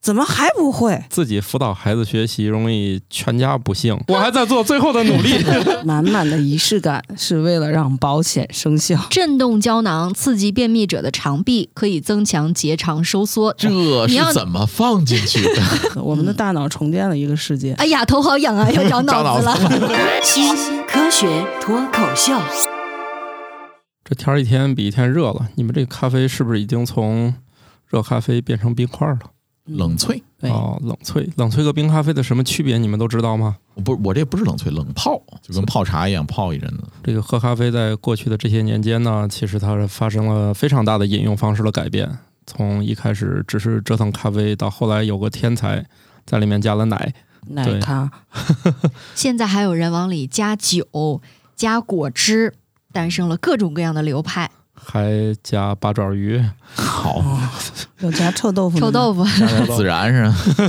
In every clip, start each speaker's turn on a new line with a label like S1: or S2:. S1: 怎么还不会？
S2: 自己辅导孩子学习容易全家不幸，我还在做最后的努力。
S3: 满满的仪式感是为了让保险生效。
S4: 震动胶囊刺激便秘者的肠壁，可以增强结肠收缩。
S5: 这
S4: 你要
S5: 是怎么放进去的？
S3: 我们的大脑重建了一个世界。
S4: 哎呀，头好痒啊，要长脑子
S5: 长脑
S4: 了。
S6: 新科学脱口秀，
S2: 这天儿一天比一天热了，你们这咖啡是不是已经从热咖啡变成冰块了？
S5: 冷萃，
S3: 对
S2: 哦，冷萃，冷萃和冰咖啡的什么区别？你们都知道吗？
S5: 不，我这不是冷萃，冷泡，就跟泡茶一样泡一阵子。
S2: 这个喝咖啡在过去的这些年间呢，其实它是发生了非常大的饮用方式的改变。从一开始只是折腾咖啡，到后来有个天才在里面加了奶，
S3: 奶咖，
S4: 现在还有人往里加酒、加果汁，诞生了各种各样的流派。
S2: 还加八爪鱼，
S5: 好，
S2: 哦
S3: 要加臭豆腐呢，
S4: 臭豆腐，
S5: 孜然是吧？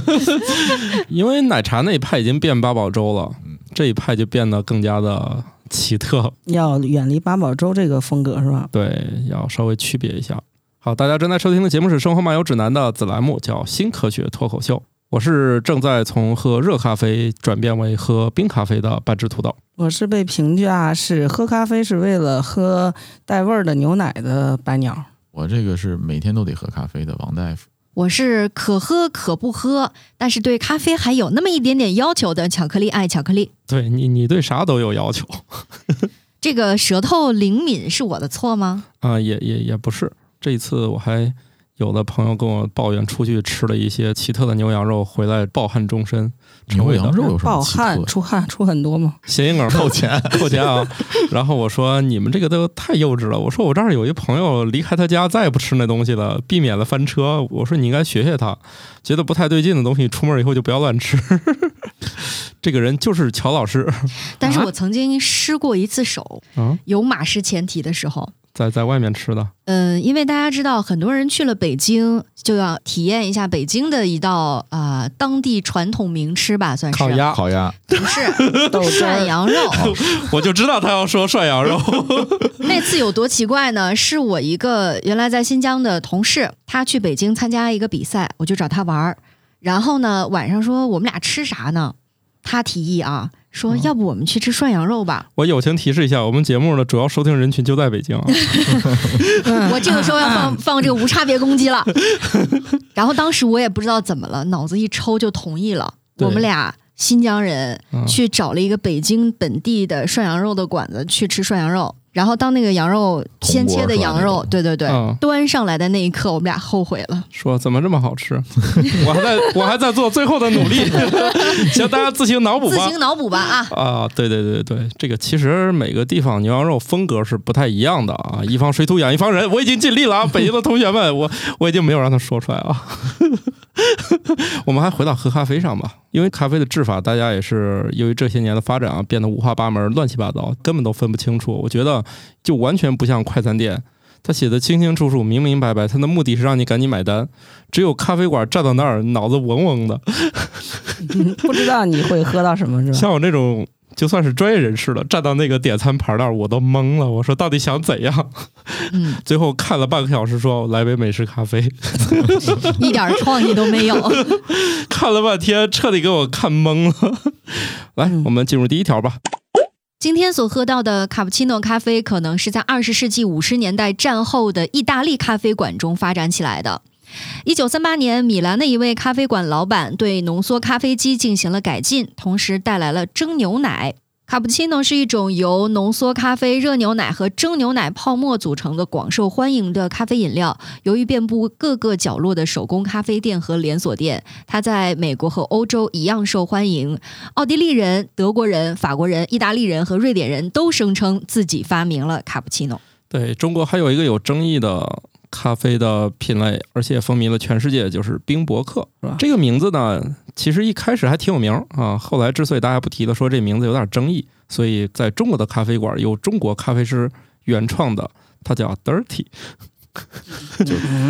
S2: 因为奶茶那一派已经变八宝粥了，
S5: 嗯
S2: 这一派就变得更加的奇特，
S3: 要远离八宝粥这个风格是吧？
S2: 对，要稍微区别一下。好，大家正在收听的节目是《生活漫游指南》的子栏目，叫《新科学脱口秀》。我是正在从喝热咖啡转变为喝冰咖啡的半只土豆。
S3: 我是被评价是喝咖啡是为了喝带味儿的牛奶的白鸟。
S5: 我这个是每天都得喝咖啡的王大夫。
S4: 我是可喝可不喝，但是对咖啡还有那么一点点要求的巧克力爱巧克力。
S2: 对你，你对啥都有要求
S4: 这个舌头灵敏是我的错吗？
S2: 啊、也也也不是。这一次我还有的朋友跟我抱怨，出去吃了一些奇特的牛羊肉，回来暴汗终身，成
S5: 牛
S2: 为
S5: 羊肉有什
S3: 暴
S5: 么奇
S3: 汗
S5: 特？
S3: 出汗出很多 吗？
S2: 谐音梗
S5: 扣钱，
S2: 扣钱啊！然后我说你们这个都太幼稚了。我说我这儿有一朋友离开他家再也不吃那东西了，避免了翻车。我说你应该学学他，觉得不太对劲的东西，出门以后就不要乱吃。 这个人就是乔老师
S4: 但是我曾经失过一次手，
S2: 啊，
S4: 有马失前蹄的时候。
S2: 在在外面吃的
S4: 嗯，因为大家知道，很多人去了北京就要体验一下北京的一道啊、呃当地传统名吃吧，算是
S2: 烤鸭，
S5: 烤鸭，
S4: 不是
S3: 豆汁
S4: 涮
S3: 儿
S4: 羊肉。
S2: 我就知道他要说啊涮羊肉。
S4: 那次有多奇怪呢？是我一个原来在新疆的同事，他去北京参加一个比赛，我就找他玩儿。然后呢，晚上说我们俩吃啥呢？他提议啊，
S2: 嗯
S4: 说要不我们去吃涮羊肉吧。
S2: 我友情提示一下，我们节目的主要收听人群就在北京啊。嗯
S4: 我这个时候要放放这个无差别攻击了。 然后当时我也不知道怎么了，脑子一抽就同意了。
S2: 对
S4: 我们俩新疆人
S2: 嗯
S4: 去找了一个北京本地的涮羊肉的馆子去吃涮羊肉。然后当那个羊肉
S5: 铜
S4: 先切
S5: 锅
S4: 的
S5: 涮
S4: 羊
S5: 那
S4: 肉，
S5: 种
S4: 对对对，
S2: 嗯
S4: 端上来的那一刻，我们俩后悔了。
S2: 说怎么这么好吃？ 我还在我还在做最后的努力， 行，大家自行脑补
S4: 自
S2: 吧。
S4: 行脑补吧啊！
S2: 啊，对对对对，这个其实每个地方牛羊肉风格是不太一样的啊，一方水土养一方人，我已经尽力了啊，北京的同学们，我我已经没有让他说出来啊。 我们还回到喝咖啡上吧，因为咖啡的制法，大家也是由于这些年的发展啊，变得五花八门、乱七八糟，根本都分不清楚。我觉得就完全不像快餐店，它写的清清楚楚、明明白白，它的目的是让你赶紧买单。只有咖啡馆站到那儿，脑子嗡嗡的，
S3: 不知道你会喝到什么是吧？
S2: 像我这种就算是专业人士了，站到那个点餐牌那儿，我都懵了。我说到底想怎样？
S4: 嗯，
S2: 最后看了半个小时，说来杯美式咖啡，
S4: 一点创意都没有。
S2: 看了半天，彻底给我看懵了。来，
S3: 嗯
S2: 我们进入第一条吧。
S4: 今天所喝到的卡布奇诺咖啡，可能是在二十世纪五十年代战后的意大利咖啡馆中发展起来的。一九三八年，米兰的一位咖啡馆老板对浓缩咖啡机进行了改进，同时带来了蒸牛奶。卡布奇诺是一种由浓缩咖啡、热牛奶和蒸牛奶泡沫组成的广受欢迎的咖啡饮料。由于遍布各个角落的手工咖啡店和连锁店，它在美国和欧洲一样受欢迎。奥地利人、德国人、法国人、意大利人和瑞典人都声称自己发明了卡布奇诺。
S2: 对中国还有一个有争议的咖啡的品类，而且风靡了全世界，就是冰博克
S3: 是吧。
S2: 这个名字呢，其实一开始还挺有名儿啊，后来之所以大家不提了，说这名字有点争议，所以在中国的咖啡馆由中国咖啡师原创的，它叫 Dirty。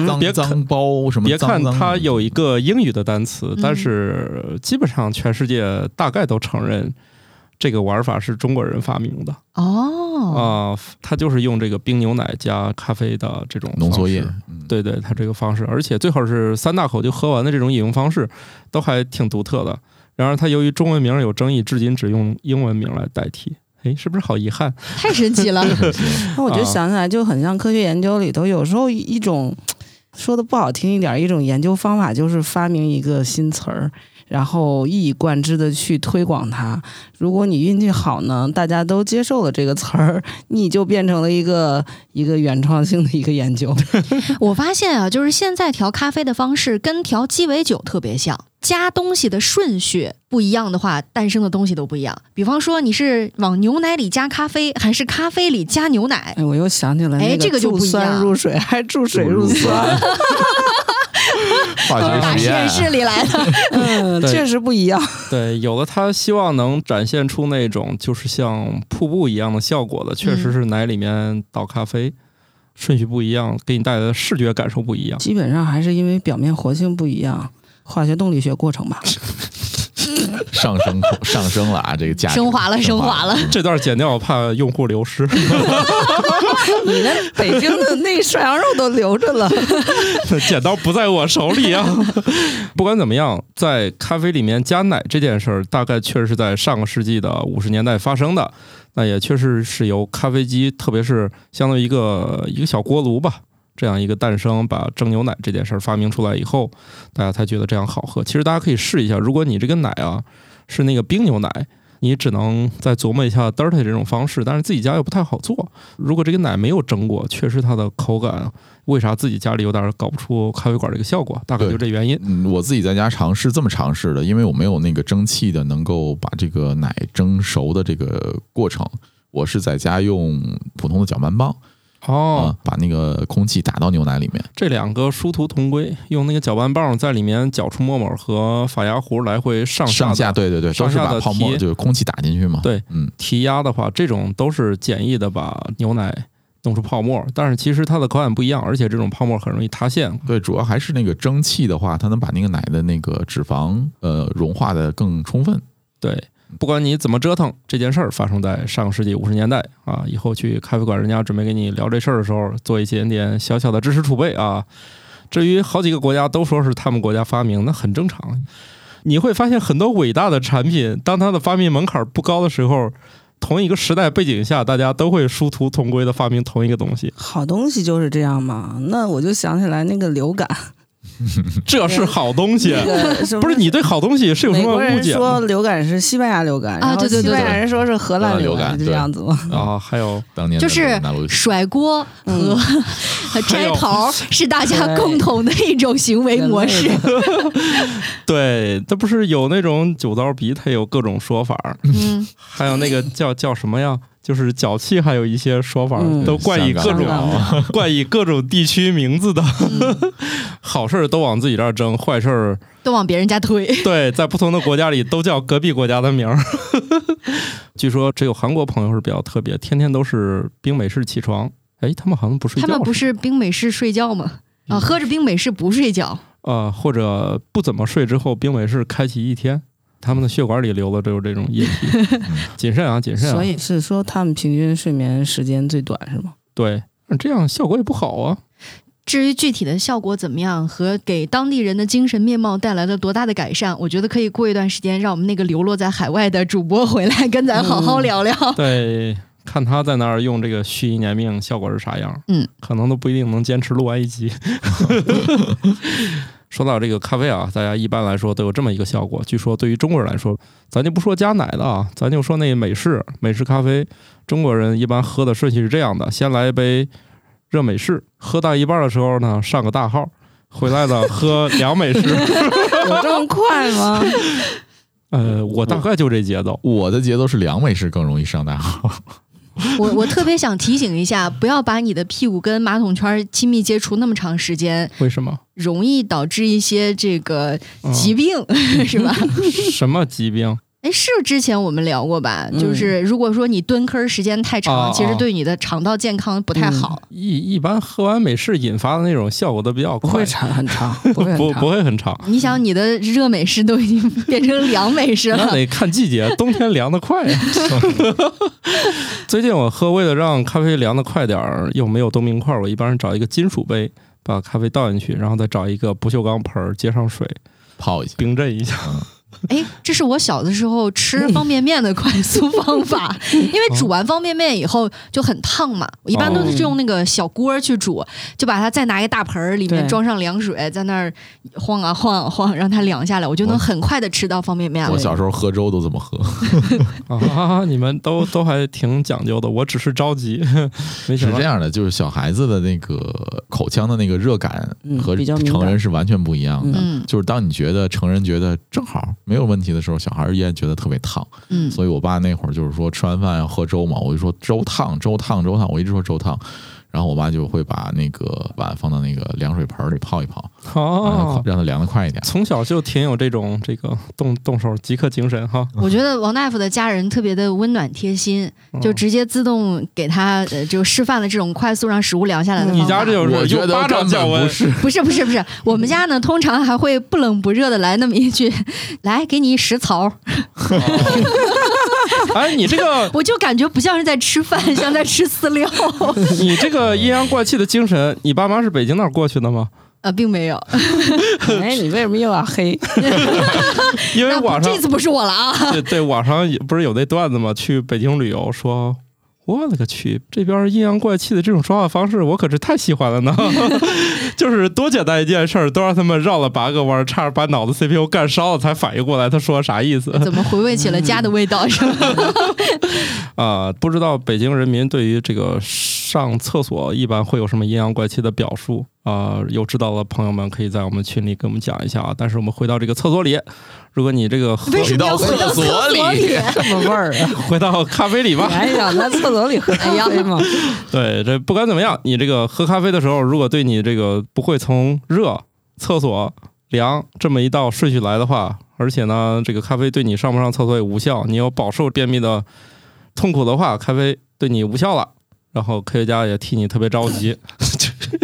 S5: 脏
S3: 嗯
S2: 别看
S5: 脏包什么
S2: 别
S5: 脏
S2: 看
S5: 脏的？
S2: 它有一个英语的单词
S4: 嗯，
S2: 但是基本上全世界大概都承认这个玩法是中国人发明的
S4: 哦，
S2: 啊、他就是用这个冰牛奶加咖啡的这种
S5: 浓缩
S2: 方式
S5: 液，嗯，
S2: 对对，他这个方式，而且最好是三大口就喝完的这种饮用方式，都还挺独特的。然而，它由于中文名有争议，至今只用英文名来代替。哎，是不是好遗憾？
S4: 太神奇了，
S3: 那我就
S2: 啊
S3: 想起来，就很像科学研究里头，有时候一一种说的不好听一点儿，一种研究方法就是发明一个新词儿，然后一以贯之的去推广它。如果你运气好呢，大家都接受了这个词儿，你就变成了一个一个原创性的一个研究。
S4: 我发现啊，就是现在调咖啡的方式跟调鸡尾酒特别像，加东西的顺序不一样的话，诞生的东西都不一样。比方说，你是往牛奶里加咖啡，还是咖啡里加牛奶？
S3: 哎，我又想起来，
S4: 哎这个就
S3: 注
S4: 不一
S3: 酸
S4: 样
S3: 入水，还注水入酸，
S5: 化
S4: 都是打
S5: 学
S4: 实
S5: 实
S4: 验
S5: 验
S4: 室里来的。
S3: 嗯，
S2: 对
S3: 确实不一样。
S2: 对，有的它希望能展现出那种就是像瀑布一样的效果的，确实是奶里面倒咖啡，顺序不一样，给你带来的视觉感受不一样。
S3: 基本上还是因为表面活性不一样，化学动力学过程吧。
S5: 上升上升了啊，这个价值
S4: 升华了升华了
S2: 这段剪掉，我怕用户流失。
S3: 你那北京的那涮羊肉都留着了。
S2: 剪刀不在我手里啊！不管怎么样，在咖啡里面加奶这件事儿，大概确实是在上个世纪的五十年代发生的。那也确实是由咖啡机，特别是相当于一个一个小锅炉吧，这样一个诞生，把蒸牛奶这件事儿发明出来以后，大家才觉得这样好喝。其实大家可以试一下，如果你这个奶啊是那个冰牛奶。你只能再琢磨一下 dirty 这种方式，但是自己家又不太好做。如果这个奶没有蒸过，确实它的口感为啥自己家里有点儿搞不出咖啡馆这个效果，大概就这原因。
S5: 嗯，我自己在家尝试这么尝试的，因为我没有那个蒸汽的能够把这个奶蒸熟的这个过程，我是在家用普通的搅拌棒啊、
S2: 哦，
S5: 把那个空气打到牛奶里面。
S2: 这两个殊途同归，用那个搅拌棒在里面搅出沫沫和法压壶来回上下
S5: 上
S2: 的
S5: 下对对对，
S2: 上
S5: 都是
S2: 下
S5: 把
S2: 的
S5: 泡沫
S2: 提
S5: 就是空气打进去嘛。
S2: 对，
S5: 嗯，
S2: 提压的话，这种都是简易的把牛奶弄出泡沫，但是其实它的口感不一样，而且这种泡沫很容易塌陷。
S5: 对，主要还是那个蒸汽的话，它能把那个奶的那个脂肪呃融化的更充分。
S2: 对，不管你怎么折腾，这件事儿发生在上个世纪五十年代啊。以后去咖啡馆，人家准备跟你聊这事儿的时候，做一点点小小的知识储备啊。至于好几个国家都说是他们国家发明，那很正常。你会发现很多伟大的产品，当它的发明门槛不高的时候，同一个时代背景下，大家都会殊途同归的发明同一个东西，
S3: 好东西就是这样嘛。那我就想起来那个流感，
S2: 这是好东西。
S3: 那个什么
S2: 不是你对好东西是有什
S3: 美
S2: 么
S3: 国
S2: 误
S3: 人
S2: 解
S3: 说
S2: 吗？
S3: 流感是西班牙流感，
S4: 啊
S3: 然后
S4: 对对对
S3: 西班牙人说是荷兰
S5: 流
S3: 感，
S5: 感
S3: 就这
S5: 对
S3: 样子嘛。
S2: 啊，还有
S5: 当年的
S4: 就是
S5: 那个
S4: 甩锅
S3: 嗯
S4: 和
S2: 嗯
S4: 和摘桃是大家共同的一种行为模式
S3: 人。
S2: 对，它不是有那种酒糟鼻，它有各种说法儿。
S4: 嗯，
S2: 还有那个叫叫什么呀？就是脚气，还有一些说法，
S3: 嗯
S2: 都冠以各
S3: 香港嗯
S2: 种 冠以各种地区名字的。 好事儿都往自己这儿争，坏事儿
S4: 都往别人家推。
S2: 对，在不同的国家里都叫隔壁国家的名儿。 据说只有韩国朋友是比较特别，天天都是冰美式起床。哎，他们好像不睡觉嗯
S4: 他
S2: 吧，
S4: 们不是冰美式睡觉吗？啊，喝着冰美式不睡觉。
S2: 呃，或者不怎么睡之后，冰美式开启一天，他们的血管里流的都有这种液 体。谨慎啊，谨慎 啊。
S3: 所以是说他们平均睡眠时间最短是 吗？
S2: 对，这样效果也不好啊。
S4: 至于具体的效果怎么样和给当地人的精神面貌带来了多大的改善，我觉得可以过一段时间让我们那个流落在海外的主播回来跟咱好好聊聊。
S2: 对，看他在那儿用这个续一年命，效果是啥样？
S4: 嗯，
S2: 可能都不一定能坚持录完一集。 说到这个咖啡啊，大家一般来说都有这么一个效果。据说对于中国人来说，咱就不说加奶的啊，咱就说那美式美式咖啡，中国人一般喝的顺序是这样的：先来一杯热美式，喝到一半的时候呢，上个大号，回来呢喝 凉美式。
S3: 有这么快吗？
S2: 呃，我大概就这节奏。
S5: 我的节奏是凉美式更容易上大号。
S2: 嗯
S4: 我我特别想提醒一下，不要把你的屁股跟马桶圈亲密接触那么长时间，
S2: 为什么？
S4: 容易导致一些这个
S2: 嗯
S4: 疾病，是吧？
S2: 什么疾病？
S4: 哎，是之前我们聊过吧？
S3: 嗯
S4: 就是如果说你蹲坑儿时间太长，
S2: 啊
S4: 其实
S2: 啊
S4: 对你的肠道健康不太好。
S2: 一一般喝完美式引发的那种效果都比较
S3: 不
S2: 快
S3: 会，长很 长，不会很
S2: 不
S3: 长。
S2: 不会很长。
S4: 你想，你的热美式都已经变成凉美式
S2: 那
S4: 了，
S2: 得看季 节，冬天凉得快呀。最近我喝，为了让咖啡凉得快点儿，又没有冻冰块，我一般是找一个金属杯把咖啡倒进去，然后再找一个不锈钢盆儿接上水，
S5: 泡一下。
S2: 冰镇一 下。
S4: 哎，这是我小的时候吃方便面的快速方法，因为煮完方便面以后就很烫嘛，我一般都是用那个小锅儿去煮，就把它再拿一个大盆儿，里面
S3: 对
S4: 装上凉水，在那儿晃啊晃啊晃，让它凉下来，我就能
S5: 我
S4: 很快的吃到方便面
S5: 我
S4: 了。
S5: 小时候喝粥都这么喝，
S2: 啊，你们都都还挺讲究的，我只是着急，没
S5: 是啊
S2: 想到
S5: 这样的，就是小孩子的那个口腔的那个热感
S3: 嗯
S5: 和
S3: 比较敏感
S5: 成人是完全不一样的。
S4: 嗯
S5: 就是当你觉得成人觉得正好没有问题的时候，小孩依然觉得特别烫。
S4: 嗯，
S5: 所以我爸那会儿就是说吃完饭要喝粥嘛，我就说粥烫粥烫粥烫，我一直说粥烫。然后我爸就会把那个碗放到那个凉水盆里泡一泡，让它快
S2: 哦，
S5: 让它凉的快一 点。
S2: 从小就挺有这种这个动动手即刻精神哈。
S4: 我觉得王大夫的家人特别的温暖贴心，就直接自动给他呃就示范了这种快速让食物凉下来的方法。
S2: 你家这种
S5: 我
S2: 是
S5: 觉
S2: 用
S5: 得
S2: 巴掌
S5: 根
S2: 降
S5: 本
S2: 温
S5: 不，是，
S4: 不是不是不 是，我们家呢通常还会不冷不热的来那么一句， 来给你一食槽，
S2: 哎，你这个
S4: 我就感觉不像是在吃饭，像在吃饲 料。
S2: 你这个阴阳怪气的精神，你爸妈是北京那儿过去的吗？
S4: 呃，并没有，
S3: 哎，你为什么又要 黑？
S2: 因为
S4: 那不
S2: 网上
S4: 这次不是我 了啊。
S2: 对对，网上也不是有那段子吗？去北京旅游说。我勒个去！这边阴阳怪气的这种说话方式，我可是太喜欢了呢。 就是多简单一件事儿，都让他们绕了八个弯儿，差点把脑子 CPU 干烧了，才反应过来他说啥意思
S4: 怎么回味起了家的 味道？是吧？
S2: 啊、不知道北京人民对于这个上厕所一般会有什么阴阳怪气的表述啊、有知道的朋友们可以在我们群里给我们讲一下啊。但是我们回到这个厕所里，如果你这个喝
S4: 为什么要 回到
S5: 回到厕所
S4: 厕
S5: 里
S4: 所里？
S3: 什么味儿啊？
S2: 回到咖啡里吧
S3: 你，还想在厕所里喝咖 啡吗？
S2: 对，这不管怎么样，你这个喝咖啡的时候，如果对你这个不会从热、厕所、凉这么一道顺序来的话，而且呢，这个咖啡对你上不上厕所也无效，你有饱受便秘的痛苦的话，咖啡对你无效了。然后科学家也替你特别着急，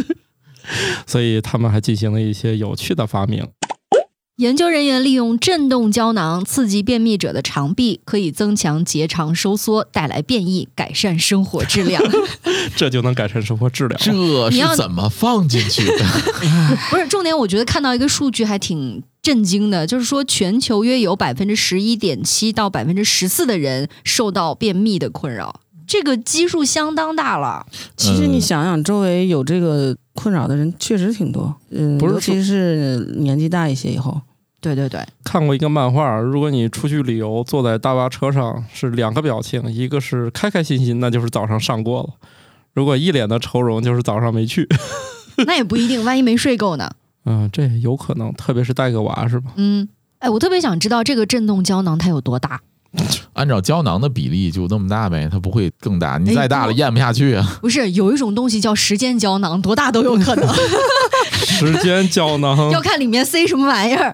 S2: 所以他们还进行了一些有趣的发明。
S4: 研究人员利用震动胶囊刺激便秘者的肠壁，可以增强结肠收缩，带来便意，改善生活质量。
S2: 这就能改善生活质量。
S5: 这
S4: 你要
S5: 是怎么放进去的？
S4: 不是重点，我觉得看到一个数据还挺震惊的，就是说全球约有百分之十一点七到百分之十四的人受到便秘的困扰，这个基数相当大了。
S3: 其实你想想，周围有这个困扰的人确实挺多，嗯，
S2: 不是
S3: 尤其是年纪大一些以后，
S4: 对对对，
S2: 看过一个漫画，如果你出去旅游，坐在大巴车上是两个表情，一个是开开心心，那就是早上上过了；如果一脸的愁容，就是早上没去。
S4: 那也不一定，万一没睡够呢？
S2: 嗯，这有可能，特别是带个娃是吧？
S4: 嗯，哎，我特别想知道这个震动胶囊它有多大？
S5: 按照胶囊的比例就那么大呗，它不会更大。你再大了
S4: 哎
S5: 咽不下去啊！
S4: 不是有一种东西叫时间胶囊，多大都有可能，
S2: 时间胶
S4: 要
S2: 囊，
S4: 看里面塞什么玩意儿。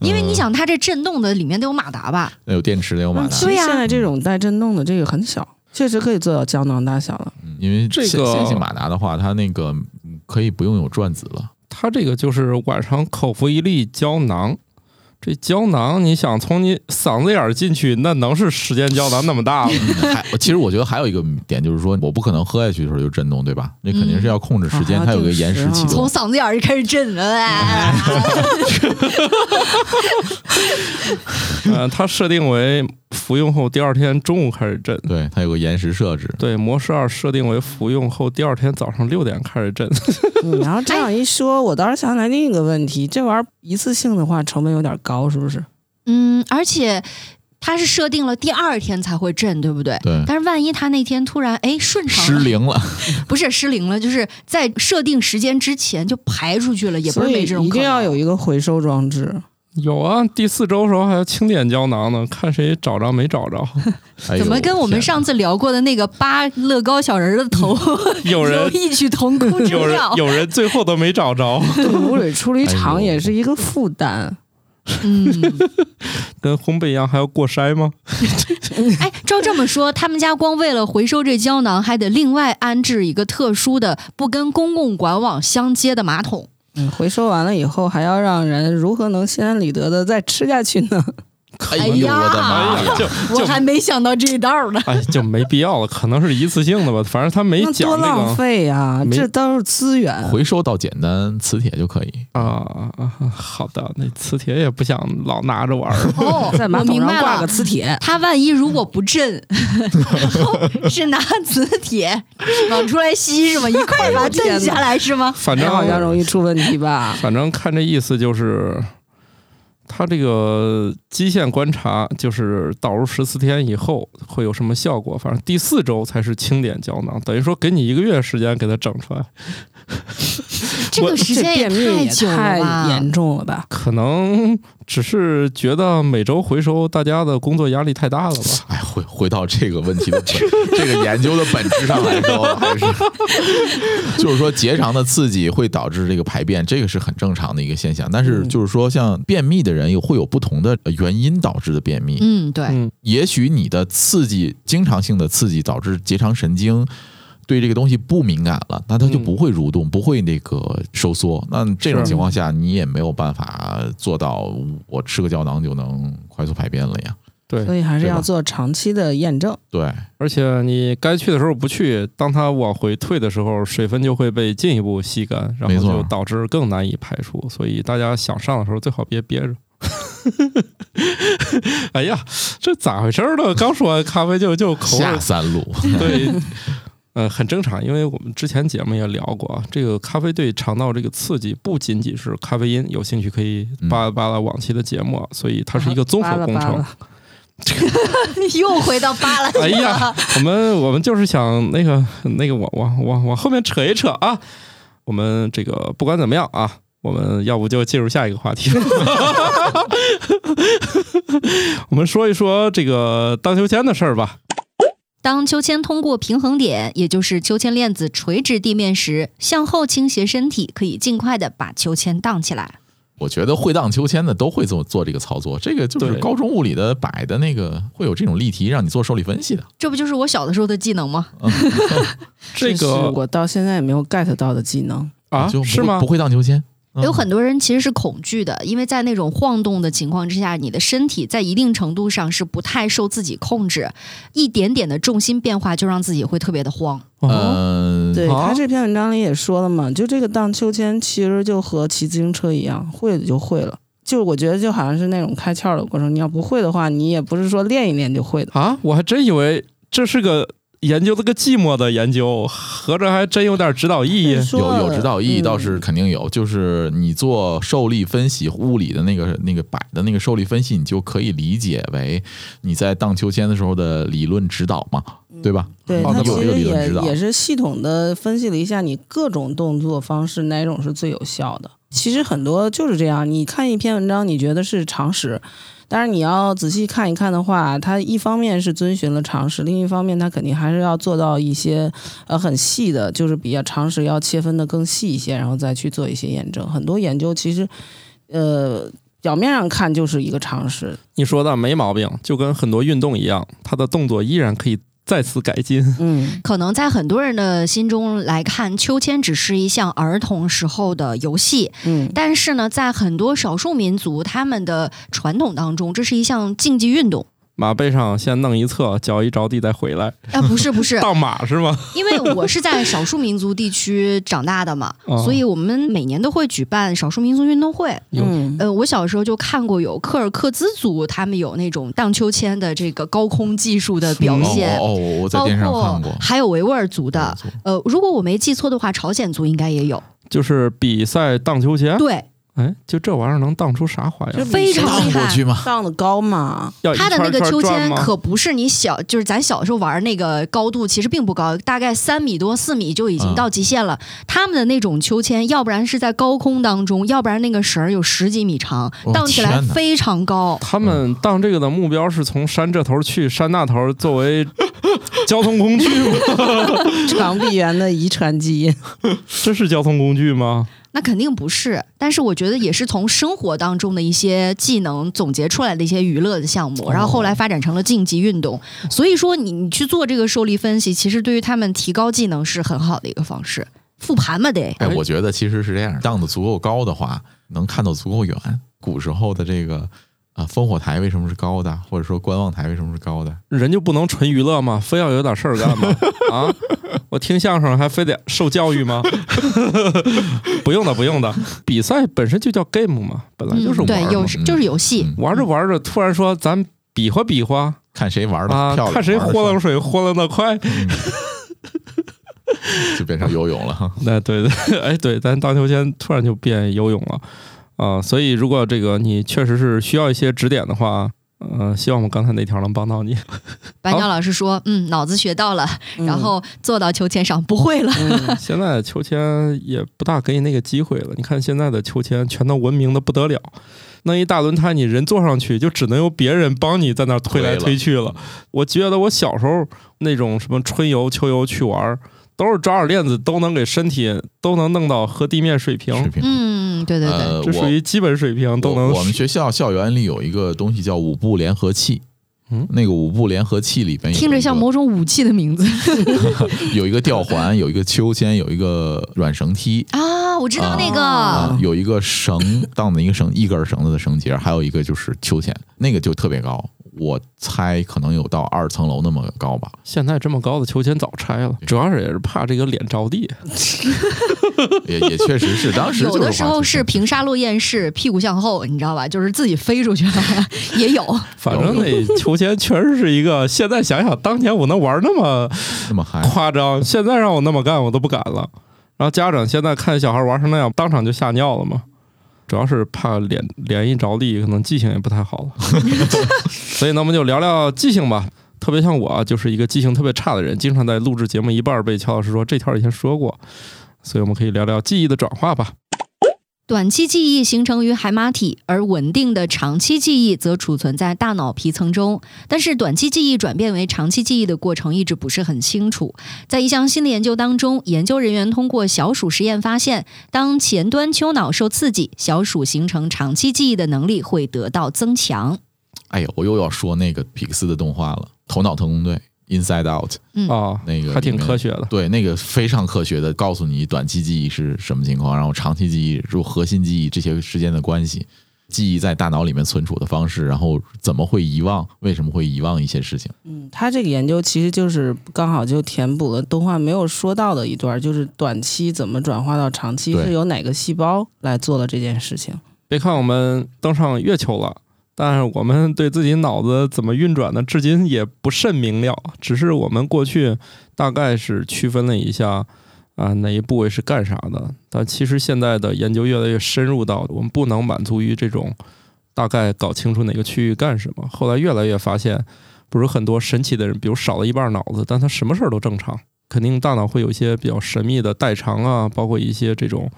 S4: 因为你想，它这震动的里面得有马达吧？
S5: 那有电池的，有马达
S3: 嗯其，实
S4: 对呀
S3: 现在这种带震动的这个很小，确实可以做到胶囊大小了。
S5: 嗯因为
S2: 这个
S5: 线线性马达的话，它那个嗯可以不用有转子了。
S2: 它这个就是晚上口服一粒胶囊。这胶囊，你想从你嗓子眼儿进去，那能是时间胶囊那么大吗？
S5: 还其实我觉得还有一个点就是说，我不可能喝下去的时候就震动，对吧？那肯定是要控制时间，
S3: 嗯
S5: 它有一个延时启
S3: 嗯
S4: 从
S5: 动。
S4: 嗓子眼儿就开始震了。哎
S2: 嗯、它设定为服用后第二天中午开始震，
S5: 对，它有个延时设置。
S2: 对，模式二设定为服用后第二天早上六点开始震。
S3: 嗯，然后这样一说，我倒是想起来另一个问题，这玩意儿一次性的话成本有点高，是不是？
S4: 嗯，而且它是设定了第二天才会震，对不对？
S5: 对，
S4: 但是万一他那天突然哎顺畅
S5: 失
S4: 了，
S5: 灵了，
S4: 不是失灵了，就是在设定时间之前就排出去了，也不
S3: 所
S4: 是
S3: 以
S4: 没这种
S3: 一
S4: 可
S3: 定
S4: 能。
S3: 要有一个回收装 置。
S2: 有啊，第四周时候还有清点胶囊呢，看谁找着没找 着。
S5: 哎呦
S4: 怎么跟我们
S5: 天
S4: 上次聊过的那个扒乐高小人儿的头
S2: 有
S4: 有
S2: 人，
S4: 异曲同工之
S2: 有人
S4: 妙，？
S2: 哎有人最后都没找着。
S3: 对，污水处理厂也是一个负担。
S4: 嗯，
S2: 跟烘焙一样还要过筛吗？
S4: 哎，照这么说，他们家光为了回收这胶囊，还得另外安置一个特殊的、不跟公共管网相接的马桶。
S3: 嗯，回收完了以后还要让人如何能心安理得的再吃下去呢？
S5: 哎呦我的妈呀！
S2: 就
S4: 啊我还没想到这一道呢。
S2: 哎就没必要了，可能是一次性的吧，反正他没
S3: 那多
S2: 哎讲那
S3: 浪
S2: 个
S3: 费呀、
S2: 没
S3: 这都是资源。
S5: 回收到简单，磁铁就可以。
S2: 啊啊啊！好的，那磁铁也不想老拿着玩儿
S4: 哦，
S3: 在马
S4: 我
S3: 桶
S4: 明
S3: 上
S4: 白
S3: 挂个
S4: 了。
S3: 磁铁，
S4: 他万一如果不 震，是拿磁铁往出来吸是吗？一块儿把它哎震下来是吗？
S2: 反
S3: 这
S2: 正
S3: 哎好像容易出问题吧？
S2: 反正看这意思就是，它这个基线观察就是导入十四天以后会有什么效果，反正第四周才是清点胶囊，等于说给你一个月时间给它整出来。
S4: 这个时
S3: 这
S4: 间
S3: 便秘
S4: 太
S3: 也
S4: 久
S3: 太
S4: 了吧？
S3: 严重了吧？
S2: 可能只是觉得每周回收大家的工作压力太大了吧？
S5: 哎，回回到这个问题的本这个研究的本质上来说，还是就是说结肠的刺激会导致这个排便，这个是很正常的一个现象。但
S2: 嗯
S5: 是就是说，像便秘的人有会有不同的原因导致的便秘，
S4: 嗯，对，
S2: 嗯，
S5: 也许你的刺激经常性的刺激导致结肠神经。对这个东西不敏感了，那它就
S2: 嗯
S5: 不会蠕动，不会那个收缩。那这种
S2: 是
S5: 情况下，你也没有办法做到我吃个胶囊就能快速排便了呀。
S2: 对
S3: 所。以还是
S5: 对吧
S3: 要做长期的验证。
S5: 对，
S2: 而且你该去的时候不去，当它往回退的时候，水分就会被进一步吸干，然
S5: 没
S2: 后
S5: 错
S2: 就导致更难以排出。所以大家想上的时候最好别憋着。 哎呀，这咋回事儿呢？刚说完咖啡就就 口
S5: 下
S2: 水，
S5: 三路，
S2: 对，呃，很正常，因为我们之前节目也聊过啊，这个咖啡对肠道这个刺激不仅仅是咖啡因，有兴趣可以扒拉扒拉往期的节目啊，所以它是一个综
S3: 嗯 扒
S2: 合
S3: 拉
S2: 工
S3: 扒
S2: 程
S3: 拉。
S4: 又回到扒拉去了。
S2: 哎呀，我们我们就是想那个那个往往往往后面扯一扯啊。我们这个不管怎么样啊，我们要不就进入下一个话题。 我们说一说这个荡秋千的事儿吧。
S4: 当秋千通过平衡点，也就是秋千链子垂直地面时，向后倾斜身体，可以尽快的把秋千荡起来。
S5: 我觉得会荡秋千的都会做做这个操作，这个就是
S2: 对
S5: 高中物理的摆的那个会有这种例题让你做受力分析的。
S4: 这不就是我小的时候的技能吗？
S2: 这
S3: 是
S2: 个
S3: 我到现在也没有 get 到的技能。
S2: 啊，
S5: 就是不
S2: 吗
S5: 不？会荡秋千，嗯
S4: 有很多人其实是恐惧的，因为在那种晃动的情况之下，你的身体在一定程度上是不太受自己控制，一点点的重心变化就让自己会特别的慌。
S2: 哦
S5: 嗯，
S3: 对
S2: 啊
S3: 他这篇文章里也说了嘛，就这个荡秋千其实就和骑自行车一样，会了就会了。就是我觉得就好像是那种开窍的过程，你要不会的话，你也不是说练一练就会的。
S2: 啊，我还真以为这是个研究这个寂寞的研究，合着还真有点指导意义。
S5: 有有指导意
S3: 嗯
S5: 义倒是肯定有，就是你做受力分析物理的那个那个摆的那个受力分析，你就可以理解为你在荡秋千的时候的理论指导嘛，对吧？
S3: 嗯对
S5: 哦
S3: 他
S5: 那
S3: 其
S5: 有这个
S3: 实
S5: 理论
S3: 也
S5: 指导，
S3: 也是系统的分析了一下你各种动作方式哪种是最有效的。其实很多就是这样，你看一篇文章，你觉得是常识，但是你要仔细看一看的话，它一方面是遵循了常识，另一方面它肯定还是要做到一些呃很细的，就是比较常识要切分的更细一些，然后再去做一些验证。很多研究其实呃表面上看就是一个常识，
S2: 你说的没毛病，就跟很多运动一样，它的动作依然可以再次改进。
S3: 嗯，
S4: 可能在很多人的心中来看，秋千只是一项儿童时候的游戏，
S3: 嗯，
S4: 但是呢，在很多少数民族他们的传统当中，这是一项竞技运动。
S2: 马背上先弄一侧，脚一着地再回来，
S4: 啊、不是不是，
S2: 荡马是吗？
S4: 因为我是在少数民族地区长大的嘛，
S2: 哦
S4: 所以我们每年都会举办少数民族运动会。
S2: 有
S3: 嗯
S4: 呃，我小时候就看过有柯尔克孜族，他们有那种荡秋千的这个高空技术的表现，
S5: 哦哦哦，我在
S4: 包
S5: 电视上看
S4: 括
S5: 过。嗯
S4: 还有维吾尔族的。呃，如果我没记错的话，朝鲜族应该也有。
S5: 啊
S2: 就是比赛荡秋千。
S4: 对，
S2: 哎，就这玩意儿能荡出啥花样
S3: 就？
S4: 呃非常厉
S5: 荡过
S4: 害。
S5: 去吗？
S3: 荡得高嘛，
S2: 要一
S4: 它的那
S2: 圈
S4: 个
S2: 一圈
S4: 秋
S2: 转
S4: 千
S2: 吗
S4: 可不是你小，就是咱小时候玩那个高度，其实并不高，大概三米多、四米就已经
S5: 嗯
S4: 到极限了。他们的那种秋千，要不然是在高空当中，要不然那个绳儿有十几米长，
S5: 哦
S4: 荡起来
S5: 天哪
S4: 非常高。
S2: 他们荡这个的目标是从山这头去山那头，作 为交通工具吗？
S3: 长臂猿的遗传基因。
S2: 这是交通工具吗？
S4: 那肯定不是，但是我觉得也是从生活当中的一些技能总结出来的一些娱乐的项
S2: 哦
S4: 目，然后后来发展成了竞技运动。所以说你，你去做这个受力分析，其实对于他们提高技能是很好的一个方式。复盘嘛得，
S5: 哎，我觉得其实是这样，荡得足够高的话，能看到足够远。古时候的这个啊，烽火台为什么是高的，或者说观望台为什么是高的？
S2: 人就不能纯娱乐吗？非要有点事儿干 吗？啊，我听相声还非得受教育 吗？ 不用的，不用的。比赛本身就叫 game 嘛，本来就是
S4: 嗯、
S2: 玩
S4: 对
S2: 儿嘛、
S4: 有时就是游戏。
S5: 嗯
S2: 玩着玩着，突然说咱比划比划
S5: 看谁玩的
S2: 啊
S5: 漂，亮，
S2: 看谁
S5: 玩得
S2: 豁楞水豁楞的快。
S5: 顺 就变成游泳了哈。
S2: 那对 对，哎对，咱荡秋千突然就变游泳了啊、所以如果这个你确实是需要一些指点的话，呃，希望我们刚才那条能帮 到你。
S4: 白
S2: 好
S4: 鸟老师说：“嗯，脑子学到了，
S3: 嗯
S4: 然后坐到秋千上不会了。
S3: 嗯
S2: 现在秋千也不大给你那个机会了。你看现在的秋千全都文明的不得了，弄一大轮胎，你人坐上去就只能由别人帮你在那儿推来推去了。我觉得我小时候那种什么春游、秋游去玩儿，都是抓点链子都能给身体都能弄到和地面水
S5: 视
S2: 平，
S5: 频”，
S4: 嗯，对对对，
S5: 呃，
S2: 这属
S5: 我
S2: 于基本水平都能
S5: 我。我们学校校园里有一个东西叫五步联合器。
S2: 嗯
S5: 那个五步联合器里边有
S4: 听着
S5: 一
S4: 像
S5: 个
S4: 某种武器 的名字
S5: 有一个吊环，有一个秋千，有一个软绳梯，
S4: 啊，我知道那个。
S5: 啊，有一个绳 当的一个绳一根绳子的绳结，还有一个就是秋千，那个就特别高，我猜可能有到二层楼那么高吧。
S2: 现在这么高的秋千早拆了，主要是也是怕这个脸着地。
S5: 也也确实 是，当时
S4: 有
S5: 就是
S4: 的时候是平沙落雁式，屁股向后，你知道吧？就是自己飞出去了， 也有。
S2: 反正那 秋千确实是一个，现在想想当年我能玩那么
S5: 那么嗨，
S2: 夸张，现在让我那么干，我都不敢了。然后家长现在看小孩玩成那样，当场就吓尿了嘛。主要是怕脸脸一着地，可能记性也不太好了。 所以呢，我们就聊聊记性吧。特别像我啊，就是一个记性特别差的人，经常在录制节目一半儿被乔老师说这条以前说过，所以我们可以聊聊记忆的转化吧。
S4: 短期记忆形成于海马体，而稳定的长期记忆则储存在大脑皮层中。但是，短期记忆转变为长期记忆的过程一直不是很清楚。在一项新的研究当中，研究人员通过小鼠实验发现，当前端丘脑受刺激，小鼠形成长期记忆的能力会得到增强。
S5: 哎呀，我又要说那个皮克斯的动画了，《头脑特工队》（Inside Out）
S2: 啊，
S5: 那个
S2: 还挺
S5: 里面
S2: 科学的。
S5: 对，那个非常科学的告诉你短期记忆是什么情况，然后长期记忆、如核心记忆这些之间的关系，记忆在大脑里面存储的方式，然后怎么会遗忘，为什么会遗忘一些事情？
S3: 嗯，他这个研究其实就是刚好就填补了动画没有说到的一段儿，就是短期怎么转化到长期，
S5: 对
S3: 是由哪个细胞来做的这件事情。
S2: 别看我们登上月球了，但是我们对自己脑子怎么运转的，至今也不甚明了。只是我们过去大概是区分了一下啊、哪一部位是干啥的，但其实现在的研究越来越深入到，我们不能满足于这种大概搞清楚哪个区域干什么。后来越来越发现，不是很多神奇的人，比如少了一半脑子，但他什么事儿都正常。肯定大脑会有一些比较神秘的代偿啊，包括一些这种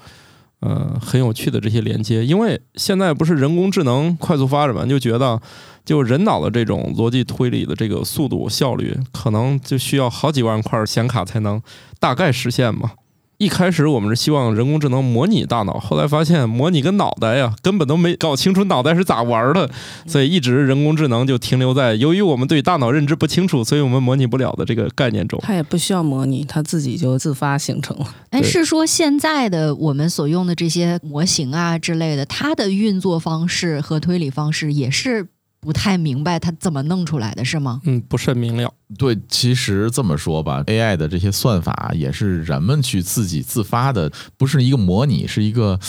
S2: 呃很有趣的这些连接，因为现在不是人工智能快速发展嘛，你就觉得就人脑的这种逻辑推理的这个速度效率，可能就需要好几万块显卡才能大概实现嘛。一开始我们是希望人工智能模拟大脑，后来发现模拟个脑袋呀，根本都没搞清楚脑袋是咋玩的，所以一直人工智能就停留在由于我们对大脑认知不清楚，所以我们模拟不了的这个概念中。
S3: 它也不需要模拟，它自己就自发形成了。
S4: 哎，
S2: 对
S4: 是说现在的我们所用的这些模型啊之类的，它的运作方式和推理方式也是不太明白它怎么弄出来的，是吗？
S2: 嗯，不甚明了。
S5: 对，其实这么说吧，AI 的这些算法啊也是人们去自己自发的，不是一个模拟，是一个，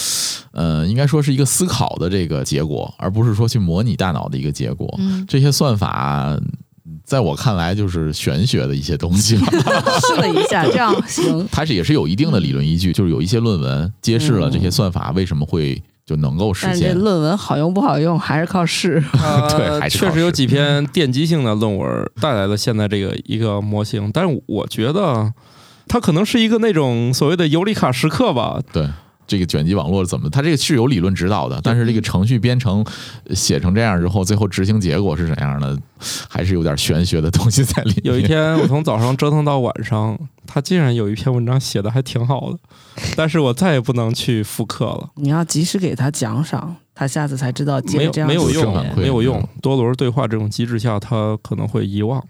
S5: 呃，应该说是一个思考的这个结果，而不是说去模拟大脑的一个结果。
S4: 嗯，
S5: 这些算法，啊在我看来就是玄学的一些东西吧。
S3: 试了一下，这 样行。
S5: 它是也是有一定的理论依据，就是有一些论文揭示了这些算法为什么会就能够实
S3: 但是这
S5: 现。
S3: 论文好用不好用，还是靠 试。
S5: 对
S2: 呃
S5: 还是
S2: 确
S5: 考
S2: 实有
S5: 试
S2: 几篇奠基性的论文带来了现在这个一个模型， 但是我觉得它可能是一个那种所谓的尤里卡时刻吧。
S5: 对，这个卷积网络是怎么，它这个是有理论指导的，但是这个程序编程呃写成这样之后，最后执行结果是怎样的，还是有点玄学的东西在里面。
S2: 有一天我从早上折腾到晚上，他竟然有一篇文章写的还挺好的，但是我再也不能去复刻了。
S3: 你要及时给他奖赏，他下次才知道接
S2: 没
S3: 着
S2: 有
S3: 这样
S2: 没有
S5: 子正
S2: 用
S5: 反馈，
S2: 没有用
S5: 嗯。
S2: 多轮对话这种机制下，他可能会遗忘，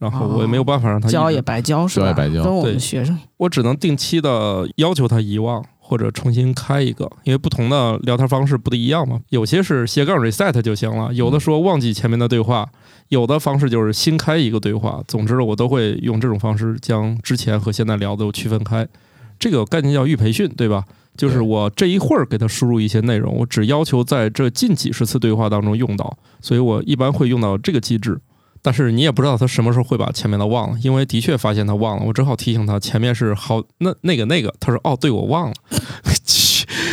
S2: 然
S3: 哦
S2: 后我也没有办法让他
S3: 教
S2: 一直
S3: 也白教是
S5: 教
S3: 吧？
S5: 也白教
S3: 跟我
S2: 对
S3: 们学生
S2: 我只能定期的要求他遗忘或者重新开一个，因为不同的聊天方式不一样嘛。有些是斜杠 reset 就行了，有的说忘记前面的对话，有的方式就是新开一个对话。总之，我都会用这种方式将之前和现在聊的区分开。这个概念叫预培训，对吧？就是
S5: 对
S2: 我这一会儿给他输入一些内容，我只要求在这近几十次对话当中用到，所以我一般会用到这个机制。但是你也不知道他什么时候会把前面的忘了，因为的确发现他忘了，我只好提醒他前面是好那那个那个，他说哦，对我忘了，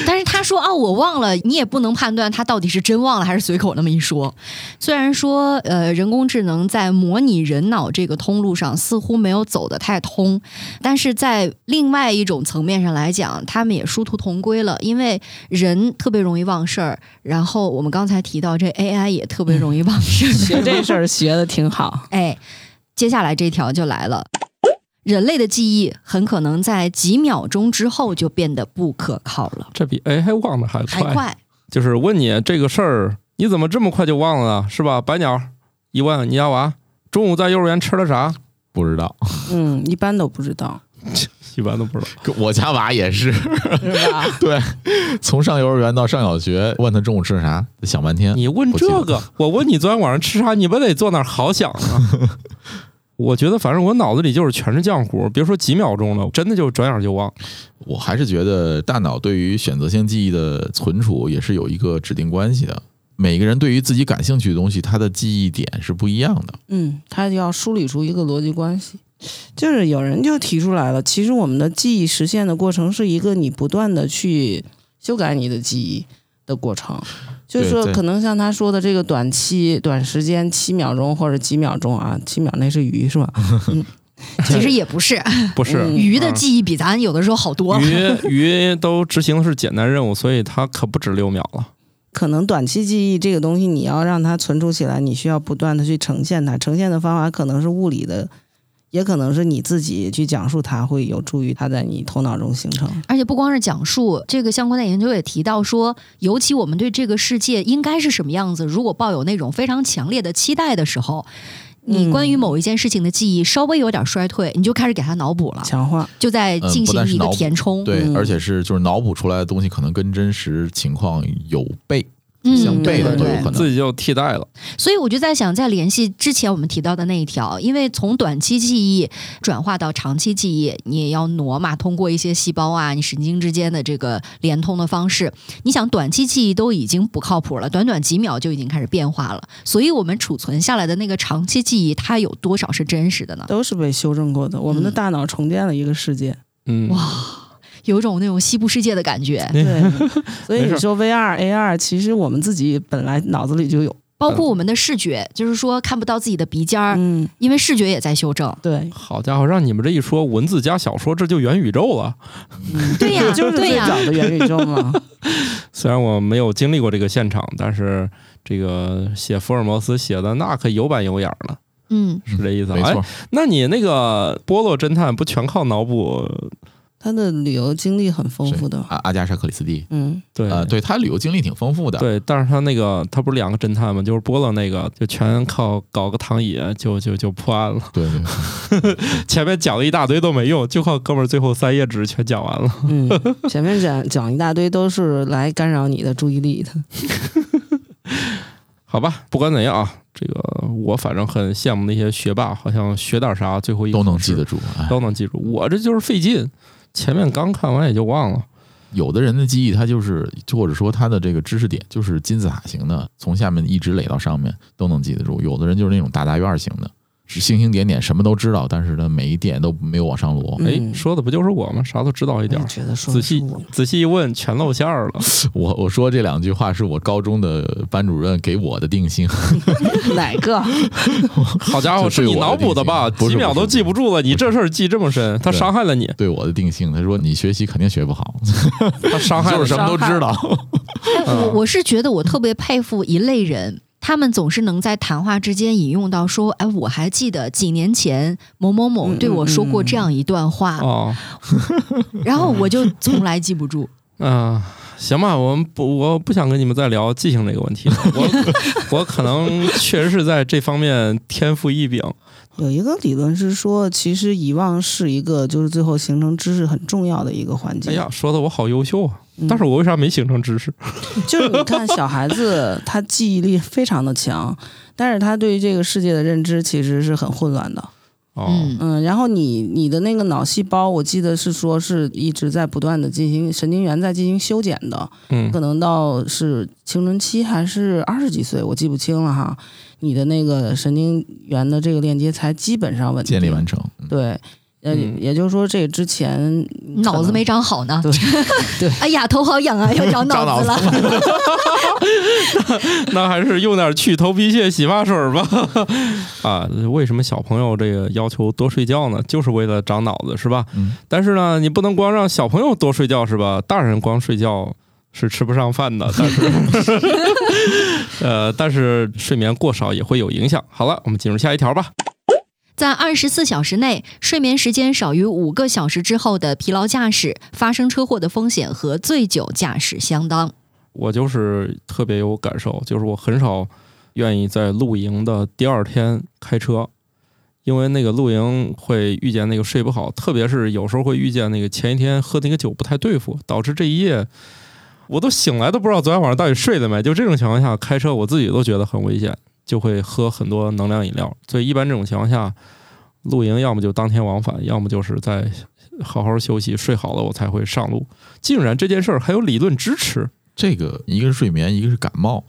S4: 但是他说啊，我忘了，你也不能判断他到底是真忘了还是随口那么一说。虽然说，呃，人工智能在模拟人脑这个通路上似乎没有走得太通，但是在另外一种层面上来讲，他们也殊途同归了。因为人特别容易忘事儿，然后我们刚才提到这 AI 也特别容易忘事儿，
S3: 学这事儿学的挺好，
S4: 哎，接下来这条就来了。人类的记忆很可能在几秒钟之后就变得不可靠了，
S2: 这比 AI 忘的还
S4: 还
S2: 快，
S4: 快。
S2: 就是问你这个事儿，你怎么这么快就忘了呢？啊是吧？白鸟一问你家娃中午在幼儿园吃了啥，
S5: 不知道，
S3: 嗯，一般都不知道，
S2: 一般都不知道。
S5: 我家娃也是，
S3: 是吧？
S5: 对，从上幼儿园到上小学，问他中午吃的啥，想半 天。
S2: 你问
S5: 不记
S2: 这
S5: 得
S2: 个，我问你昨天晚上吃啥，你不得坐那儿好想 啊？我觉得反正我脑子里就是全是浆糊，别说几秒钟了，真的就转眼就 忘。
S5: 我还是觉得大脑对于选择性记忆的存储也是有一个指定关系的。每个人对于自己感兴趣的东西，他的记忆点是不一样的。
S3: 嗯，他要梳理出一个逻辑关系。就是有人就提出来了，其实我们的记忆实现的过程是一个你不断的去修改你的记忆的过程。就是说
S5: 对，对
S3: 可能像他说的这个短期、短时间七秒钟或者几秒钟啊，七秒那是鱼是吧？
S4: 其实也不是，
S2: 不是、
S3: 嗯
S4: 鱼的
S2: 嗯
S4: 记忆比咱有的时候好多了。
S2: 鱼鱼都执行的是简单任务，所以它可不止六秒了。
S3: 可能短期记忆这个东西，你要让它存储起来，你需要不断的去呈现它。呈现的方法可能是物理的，也可能是你自己去讲述它，会有助于它在你头脑中形成。
S4: 而且不光是讲述，这个相关的研究也提到说，尤其我们对这个世界应该是什么样子，如果抱有那种非常强烈的期待的时候，你
S3: 嗯
S4: 关于某一件事情的记忆稍微有点衰退，你就开始给它脑补了，
S3: 强化，
S4: 就在进
S5: 嗯不
S4: 行
S5: 但是
S4: 一个
S5: 脑补
S4: 填充。
S5: 对，
S3: 嗯
S5: 而且是就是脑补出来的东西，可能跟真实情况有悖、
S4: 嗯，
S5: 相悖的
S4: 对对
S5: 都有
S4: 对
S5: 可能。
S2: 自己就替代了，
S4: 所以我就在想，再联系之前我们提到的那一条，因为从短期记忆转化到长期记忆，你也要挪嘛，通过一些细胞啊、你神经之间的这个连通的方式。你想，短期记忆都已经不靠谱了，短短几秒就已经开始变化了，所以我们储存下来的那个长期记忆，它有多少是真实的呢？
S3: 都是被修正过的。我们的
S4: 嗯
S3: 大脑重建了一个世界，
S2: 嗯，
S4: 有一种那种西部世界的感觉。
S3: 对，所以
S2: 没事
S3: 你说 VR、AR，其实我们自己本来脑子里就有，
S4: 包括我们的视觉，就是说看不到自己的鼻尖儿，
S3: 嗯，
S4: 因为视觉也在修正。
S3: 对，
S2: 好家伙，让你们这一说，文字加小说，这就元宇宙了。
S4: 对呀、
S3: 嗯 就是
S4: 对
S3: 最
S4: 呀、
S3: 早的元宇宙 嘛，
S2: 虽然我没有经历过这个现场，但是这个写福尔摩斯写的那可有板有眼儿了，
S4: 嗯，
S2: 是这意思啊？
S5: 没
S2: 哎
S5: 错，，
S2: 那你那个波洛侦探不全靠脑补？
S3: 他的旅游经历很丰
S5: 是
S3: 富的，
S5: 阿阿加莎·克里斯蒂，
S3: 嗯，
S2: 哎对
S5: 呃，对他旅游经历挺丰富的。
S2: 对，但是他那个他不是两个侦探吗？就是波洛那个就全靠搞个躺椅就就就破案了。
S5: 对对，
S2: 前面讲了一大堆都没用，就靠哥们儿最后三页纸全讲完了。
S3: 嗯，前面讲讲一大堆都是来干扰你的注意力的，
S2: 好吧，不管怎样啊，这个我反正很羡慕那些学霸，好像学点啥最后一
S5: 都能
S2: 口吃
S5: 记得，住。哎，
S2: 都能记住。我这就是费劲，前面刚看完也就忘了。
S5: 有的人的记忆，他就是或者说他的这个知识点就是金字塔型的，从下面一直垒到上面都能记得住；有的人就是那种大杂院型的，星星点点什么都知道，但是呢，每一点都没有往上挪。
S2: 哎，
S3: 嗯
S2: 说的不就是我吗？啥都知道一点
S3: 我
S5: 哎
S2: 儿，
S3: 觉得说
S2: 仔
S3: 的是
S2: 细
S3: 我，
S2: 仔细一问，全露馅儿了。
S5: 我我说这两句话是我高中的班主任给我的定性，
S3: 哪个？
S2: 好家伙，
S5: 这
S2: 是
S5: 对
S2: 你
S5: 我的
S2: 脑补
S5: 理解
S2: 的吧？
S5: 不是
S2: 几秒
S5: 不是
S2: 都记不住了，你这事儿记这么深，他
S5: 对
S2: 伤害了你，
S5: 对我的定性。他说你学习肯定学不好，
S2: 他伤害
S5: 就
S2: 了
S5: 是什
S2: 你。
S5: 么都知道。
S4: 哎
S2: 嗯
S4: 我我是觉得我特别佩服一类人，他们总是能在谈话之间引用到说，哎，我还记得几年前某某某对我说过这样一段话，
S2: 哦，
S4: 然后我就从来记不住。
S2: 嗯、行吧，我们不，我不想跟你们再聊记性这个问 题了。我我可能确实是在这方面天赋异禀。
S3: 有一个理论是说，其实遗忘是一个就是最后形成知识很重要的一个环节。
S2: 哎呀，说的我好优秀啊！
S3: 嗯
S2: 但是我为啥没形成知识？
S3: 就是你看小孩子，他记忆力非常的强，但是他对于这个世界的认知其实是很混乱的。
S2: 哦，
S4: 嗯，
S3: 嗯，然后你你的那个脑细胞，我记得是说是一直在不断的进行神经元在进行修剪的，
S2: 嗯
S3: 可能到是青春期还是二十几岁，我记不清了哈。你的那个神经元的这个链接才基本上稳定
S5: 建立完成，嗯
S3: 对，呃，
S2: 嗯啊
S3: 也就是说这之前可
S4: 脑子
S3: 能
S4: 没长好呢。
S3: 对对
S4: 哎呀，头好痒啊，要长
S5: 长
S4: 脑
S5: 脑
S4: 子
S5: 子
S4: 了。
S2: 那还是用点去头皮屑洗发水吧。 啊，为什么小朋友这个要求多睡觉呢？就是为了长脑子，是吧？
S5: 嗯
S2: 但是呢，你不能光让小朋友多睡觉，是吧？大人光睡觉是吃不上饭的， 但是，呃，但是睡眠过少也会有影响。好了，我们进入下一条吧。
S4: 在二十四小时内，睡眠时间少于五个小时之后的疲劳驾驶，发生车祸的风险和醉酒驾驶相当。
S2: 我就是特别有感受，就是我很少愿意在露营的第二天开车，因为那个露营会遇见那个睡不好，特别是有时候会遇见那个前一天喝那个酒不太对付，导致这一夜我都醒来都不知道昨天晚上到底睡了没。就这种情况下开车，我自己都觉得很危险，就会喝很多能量饮料。所以一般这种情况下，露营要么就当天往返，要么就是在好好休息，睡好了我才会上路。竟然这件事儿还有理论支持。
S5: 这个一个是睡眠，一个是感冒，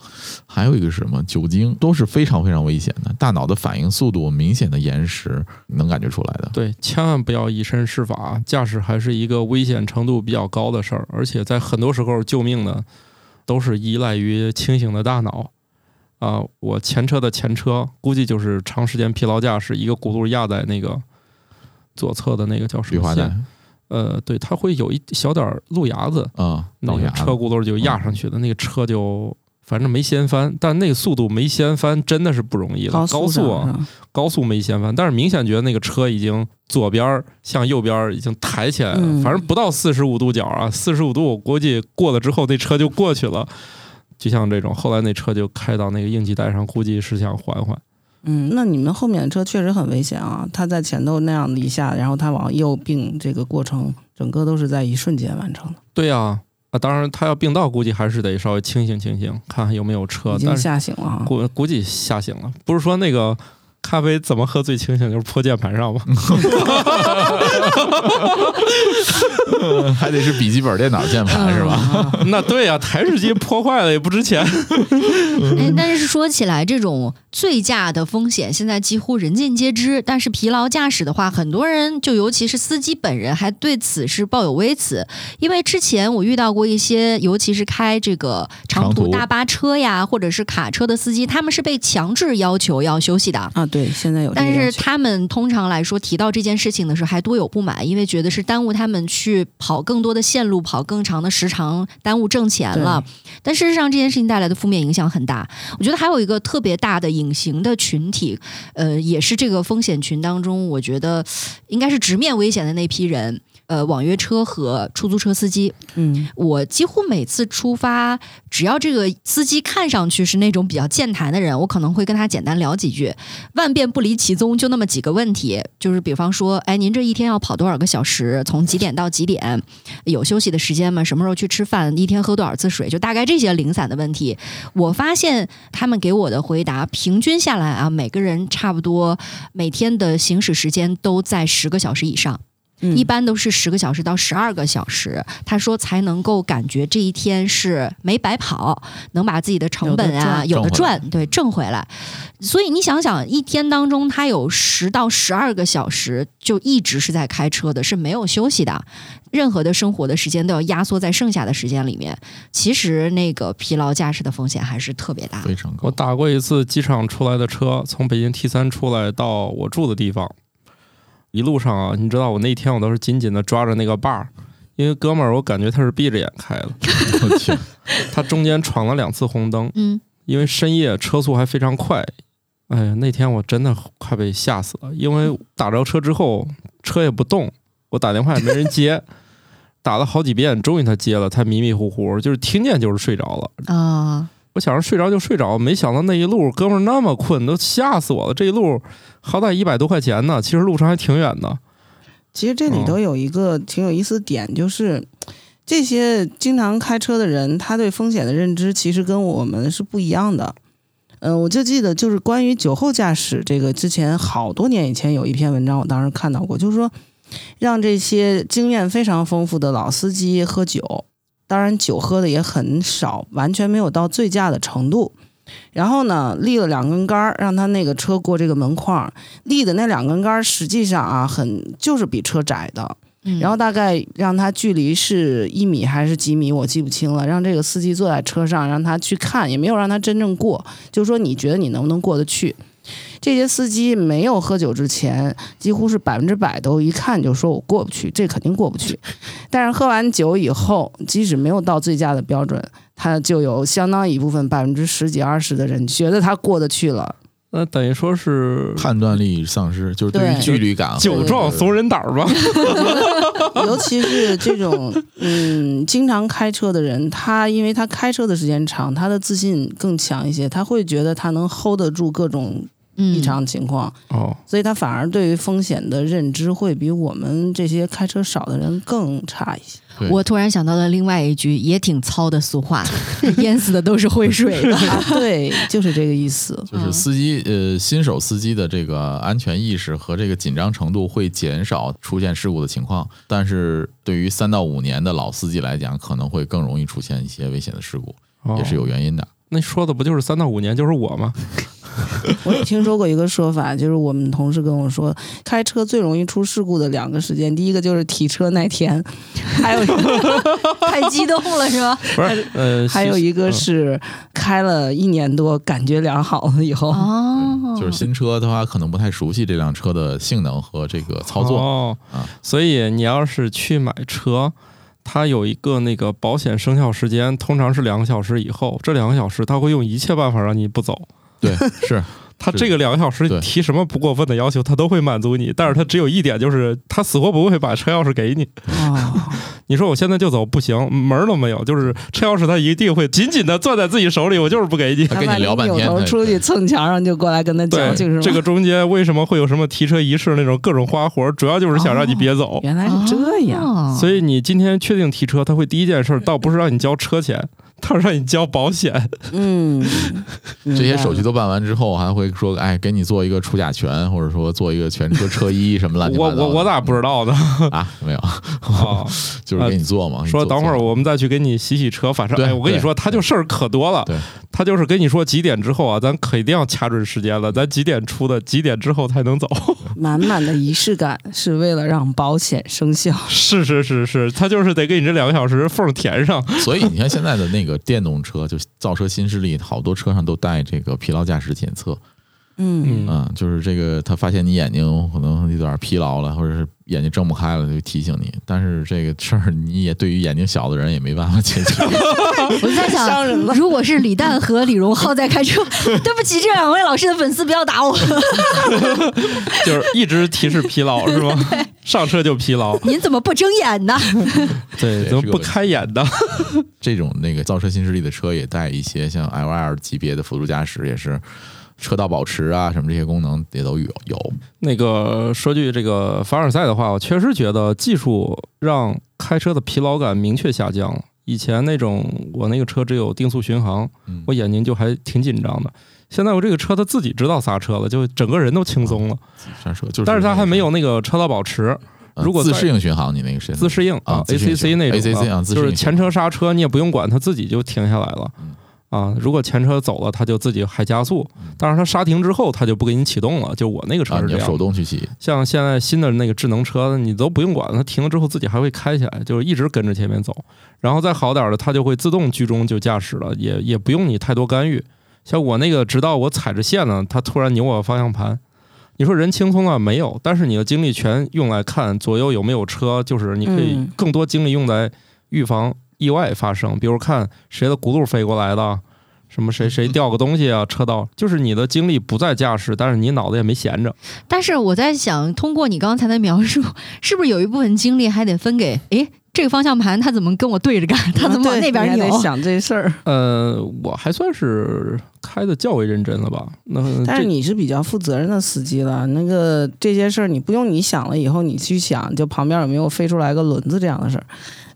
S5: 还有一个是什么？酒精都是非常非常危险的，大脑的反应速度明显的延时，能感觉出来的。
S2: 对，千万不要以身试法，驾驶还是一个危险程度比较高的事儿，而且在很多时候救命呢，都是依赖于清醒的大脑。啊、我前车的前车估计就是长时间疲劳驾驶，一个轱辘压在那个左侧的那个叫什
S5: 氯
S2: 么
S5: 化
S2: 线？
S5: 氮
S2: 呃，对，它会有一小点儿路牙子，
S5: 啊，
S2: 那
S5: 脑
S2: 个
S5: 芽
S2: 车轱辘就压上去的，那个车就反正没掀翻，但那个速度没掀翻真的是不容易了，高
S3: 速
S2: 速
S3: 上
S2: 啊
S3: 是，吧
S2: 高速没掀翻，但是明显觉得那个车已经左边儿向右边儿已经抬起来了，
S3: 嗯
S2: 反正不到四十五度角啊，四十五度我估计过了之后那车就过去了。就像这种，后来那车就开到那个应急带上，估计是想缓缓。
S3: 嗯，那你们后面的车确实很危险啊！它在前头那样一下，然后它往右并，这个过程整个都是在一瞬间完成的，
S2: 对呀、啊，当然他要并道，估计还是得稍微清醒清醒，看看有没有车
S3: 已。经
S2: 但是
S3: 吓醒了啊！
S2: 估估计吓醒了，不是说那个咖啡怎么喝最清醒，就是泼键盘上吗？
S5: 还得是笔记本电脑键盘是
S2: 嗯
S5: 吧？
S3: 吧？
S2: 那对呀、台式机泼坏了也不值钱。
S4: 哎，但是说起来，这种醉驾的风险现在几乎人尽皆知。但是疲劳驾驶的话，很多人就尤其是司机本人还对此是抱有微词，因为之前我遇到过一些，尤其是开这个长
S5: 长
S4: 途
S5: 途
S4: 大巴车呀，或者是卡车的司机，他们是被强制要求要休息的。
S3: 啊，对，现在有这个
S4: 但
S3: 要求，
S4: 是他们通常来说提到这件事情的时候，还多有不满，因为觉得是耽误他们去跑更多的线路、跑更长的时长，耽误挣钱了。但事实上，这件事情带来的负面影响很大。我觉得还有一个特别大的隐形的群体，呃，也是这个风险群当中，我觉得应该是直面危险的那批人。呃，网约车和出租车司机，
S3: 嗯，
S4: 我几乎每次出发，只要这个司机看上去是那种比较健谈的人，我可能会跟他简单聊几句，万变不离其宗，就那么几个问题，就是比方说，哎，您这一天要跑多少个小时？从几点到几点？有休息的时间吗？什么时候去吃饭？一天喝多少次水？就大概这些零散的问题，我发现他们给我的回答，平均下来啊，每个人差不多每天的行驶时间都在十个小时以上。
S3: 嗯
S4: 一般都是十个小时到十二个小时。他说才能够感觉这一天是没白跑，能把自己的成本啊
S5: 有
S4: 有
S5: 的
S4: 的
S5: 赚
S4: 赚，对，挣回来。所以你想想，一天当中他有十到十二个小时就一直是在开车的，是没有休息的，任何的生活的时间都要压缩在剩下的时间里面。其实那个疲劳驾驶的风险还是特别大的。
S5: 非常高
S2: 我。打过一次机场出来的车，从北京 T 三出来到我住的地方，一路上啊，你知道我那天我都是紧紧的抓着那个把儿，因为哥们儿我感觉他是闭着眼开的，
S5: 我天，
S2: 他中间闯了两次红灯，
S4: 嗯，
S2: 因为深夜车速还非常快。哎呀，那天我真的快被吓死了，因为打着车之后车也不动，我打电话也没人接，打了好几遍，终于他接了，他迷迷糊糊，就是听见就是睡着了。
S4: 啊，
S2: 我想着睡着就睡着，没想到那一路哥们儿那么困，都吓死我了。这一路好歹一百多块钱呢，其实路程还挺远的。
S3: 其实这里头有一个挺有意思的点，就是这些经常开车的人，他对风险的认知其实跟我们是不一样的。嗯、我就记得就是关于酒后驾驶这个，之前好多年以前有一篇文章，我当时看到过，就是说让这些经验非常丰富的老司机喝酒，当然酒喝的也很少，完全没有到醉驾的程度。然后呢，立了两根杆儿，让他那个车过这个门框儿，立的那两根杆儿实际上啊，很就是比车窄的，
S4: 嗯
S3: 然后大概让他距离是一米还是几米，我记不清了。让这个司机坐在车上，让他去看，也没有让他真正过，就说你觉得你能不能过得去？这些司机没有喝酒之前，几乎是百分之百都一看就说我过不去，这肯定过不去。但是喝完酒以后，即使没有到醉驾的标准，他就有相当一部分百分之十几二十的人觉得他过得去了，
S2: 那等于说是
S5: 判断力丧失，就是对于
S3: 对
S5: 距离感。
S2: 酒壮怂人胆儿吧？
S3: 尤其是这种嗯，经常开车的人，他因为他开车的时间长，他的自信更强一些，他会觉得他能 hold 得住各种异
S4: 异
S3: 常情况，
S2: 哦，
S3: 所以他反而对于风险的认知会比我们这些开车少的人更差一些。
S5: 对
S4: 我突然想到了另外一句也挺糙的俗话：“淹死的都是会水的。
S3: 啊，对，就是这个意思。
S5: 就是司机呃，新手司机的这个安全意识和这个紧张程度会减少出现事故的情况，但是对于三到五年的老司机来讲，可能会更容易出现一些危险的事故，
S2: 哦
S5: 也是有原因的。
S2: 那说的不就是三到五年就是我吗？
S3: 我也听说过一个说法，就是我们同事跟我说，开车最容易出事故的两个时间，第一个就是提车那天，还有一个
S4: 太激动了，是吧？
S2: 不是，呃，
S3: 还有一个是开了一年多，感觉良好了以后。
S4: 哦，
S5: 就是新车的话，可能不太熟悉这辆车的性能和这个操作。
S2: 哦
S5: 啊
S2: 所以你要是去买车，它有一个那个保险生效时间，通常是两个小时以后。这两个小时，它会用一切办法让你不走。
S5: 对，是
S2: 它
S5: 是
S2: 这个两个小时，
S5: 对
S2: 你提什么不过分的要求，它都会满足你。但是它只有一点，就是它死活不会把车钥匙给你。
S3: 哦，
S2: 你说我现在就走，不行，门儿都没有。就是车钥匙，它一定会紧紧的攥在自己手里，我就是不给你。
S5: 他跟你聊半天
S3: 扭头出去蹭墙上就过来跟他
S2: 对
S3: 矫情是，吗？
S2: 这个中间为什么会有什么提车仪式那种各种花活，主要就是想让你别走。
S3: 原来是这样，
S4: 哦
S2: 所以你今天确定提车，他会第一件事儿倒不是让你交车钱， 他是让你交保险。
S3: 嗯，这
S5: 这些手续都办完之后，还会说，哎，给你做一个出甲醛，或者说做一个全车车衣什么乱七八
S2: 我
S5: 糟的。嗯
S2: 我我咋不知道呢？
S5: 啊？没有，
S2: 啊，
S5: 就是给你做嘛。给你
S2: 说
S5: 做
S2: 等会儿我们再去给你洗洗车，反正
S5: 对
S2: 哎，我跟你说，他就事儿可多了
S5: 对。
S2: 他就是跟你说几点之后啊，咱可一定要掐准时间了，咱几点出的，几点之后才 能走。
S3: 满满的仪式感是为了让保险生效。
S2: 是是是是，他就是得给你这两个小时缝儿填上。
S5: 所以你看现在的那个电动车，就是造车新势力，好多车上都带这个疲劳驾驶检测，
S3: 嗯，
S2: 嗯，
S5: 嗯，就是这个他发现你眼睛可能有点疲劳了，或者是眼睛睁不开了，就提醒你。但是这个事儿你也对于眼睛小的人也没办法解决，
S4: 我在
S3: 伤人
S4: 想，
S3: 了
S4: 如果是李诞和李荣浩在开车， 对不起，这两位老师的粉丝不要打我，
S2: 就是一直提示疲劳是吗？上车就疲劳，
S4: 您怎么不睁眼呢？
S2: 对，
S5: 对
S2: 怎么
S5: 是个
S2: 不
S5: 问
S2: 开眼的？
S5: 这种那个造车新势力的车也带一些像 L L 级别的辅助驾驶，也是车道保持啊什么这些功能也都有有。
S2: 那个说句这个凡尔赛的话，我确实觉得技术让开车的疲劳感明确下降了。以前那种我那个车只有定速巡航，
S5: 嗯
S2: 我眼睛就还挺紧张的。现在我这个车它自己知道刹车了，就整个人都轻松了，
S5: 嗯啥车就是，
S2: 但是它还没有那个车道保持。
S5: 呃
S2: 如果
S5: 自
S2: 在
S5: 适应巡航，你那个是
S2: 自适应
S5: 啊自
S2: ，A
S5: 适应
S2: C C 那种
S5: ACC 啊自适
S2: 就
S5: 应
S2: 是前车刹车你也不用管，它自己就停下来了
S5: 嗯。
S2: 啊，如果前车走了，它就自己还加速，但是它刹停之后，它就不给你启动了。就我那个车
S5: 啊，
S2: 是
S5: 你
S2: 这
S5: 要
S2: 样
S5: 手
S2: 的，
S5: 动去骑，
S2: 像现在新的那个智能车，你都不用管，它停了之后自己还会开起来，就是一直跟着前面走。然后再好点儿的，它就会自动居中就驾驶了，也也不用你太多干预。像我那个，直到我踩着线呢，它突然扭我方向盘。你说人轻松了没有？但是你的精力全用来看左右有没有车，就是你可以
S3: 嗯
S2: 更多精力用来预防意外发生，比如看谁的轱辘飞过来的，什么谁谁掉个东西啊，车道，就是你的精力不在驾驶，但是你脑子也没闲着。
S4: 但是我在想，通过你刚才的描述，是不是有一部分精力还得分给诶这个方向盘它怎么跟我嗯对着干，它怎么往那边
S3: 你还
S4: 扭？
S3: 得想这事儿。
S2: 呃，我还算是开的较为认真了吧？那
S3: 但是
S2: 嗯这
S3: 你是比较负责任的司机了，那个这些事儿你不用你想了以后你去想，就旁边有没有飞出来个轮子这样的事儿，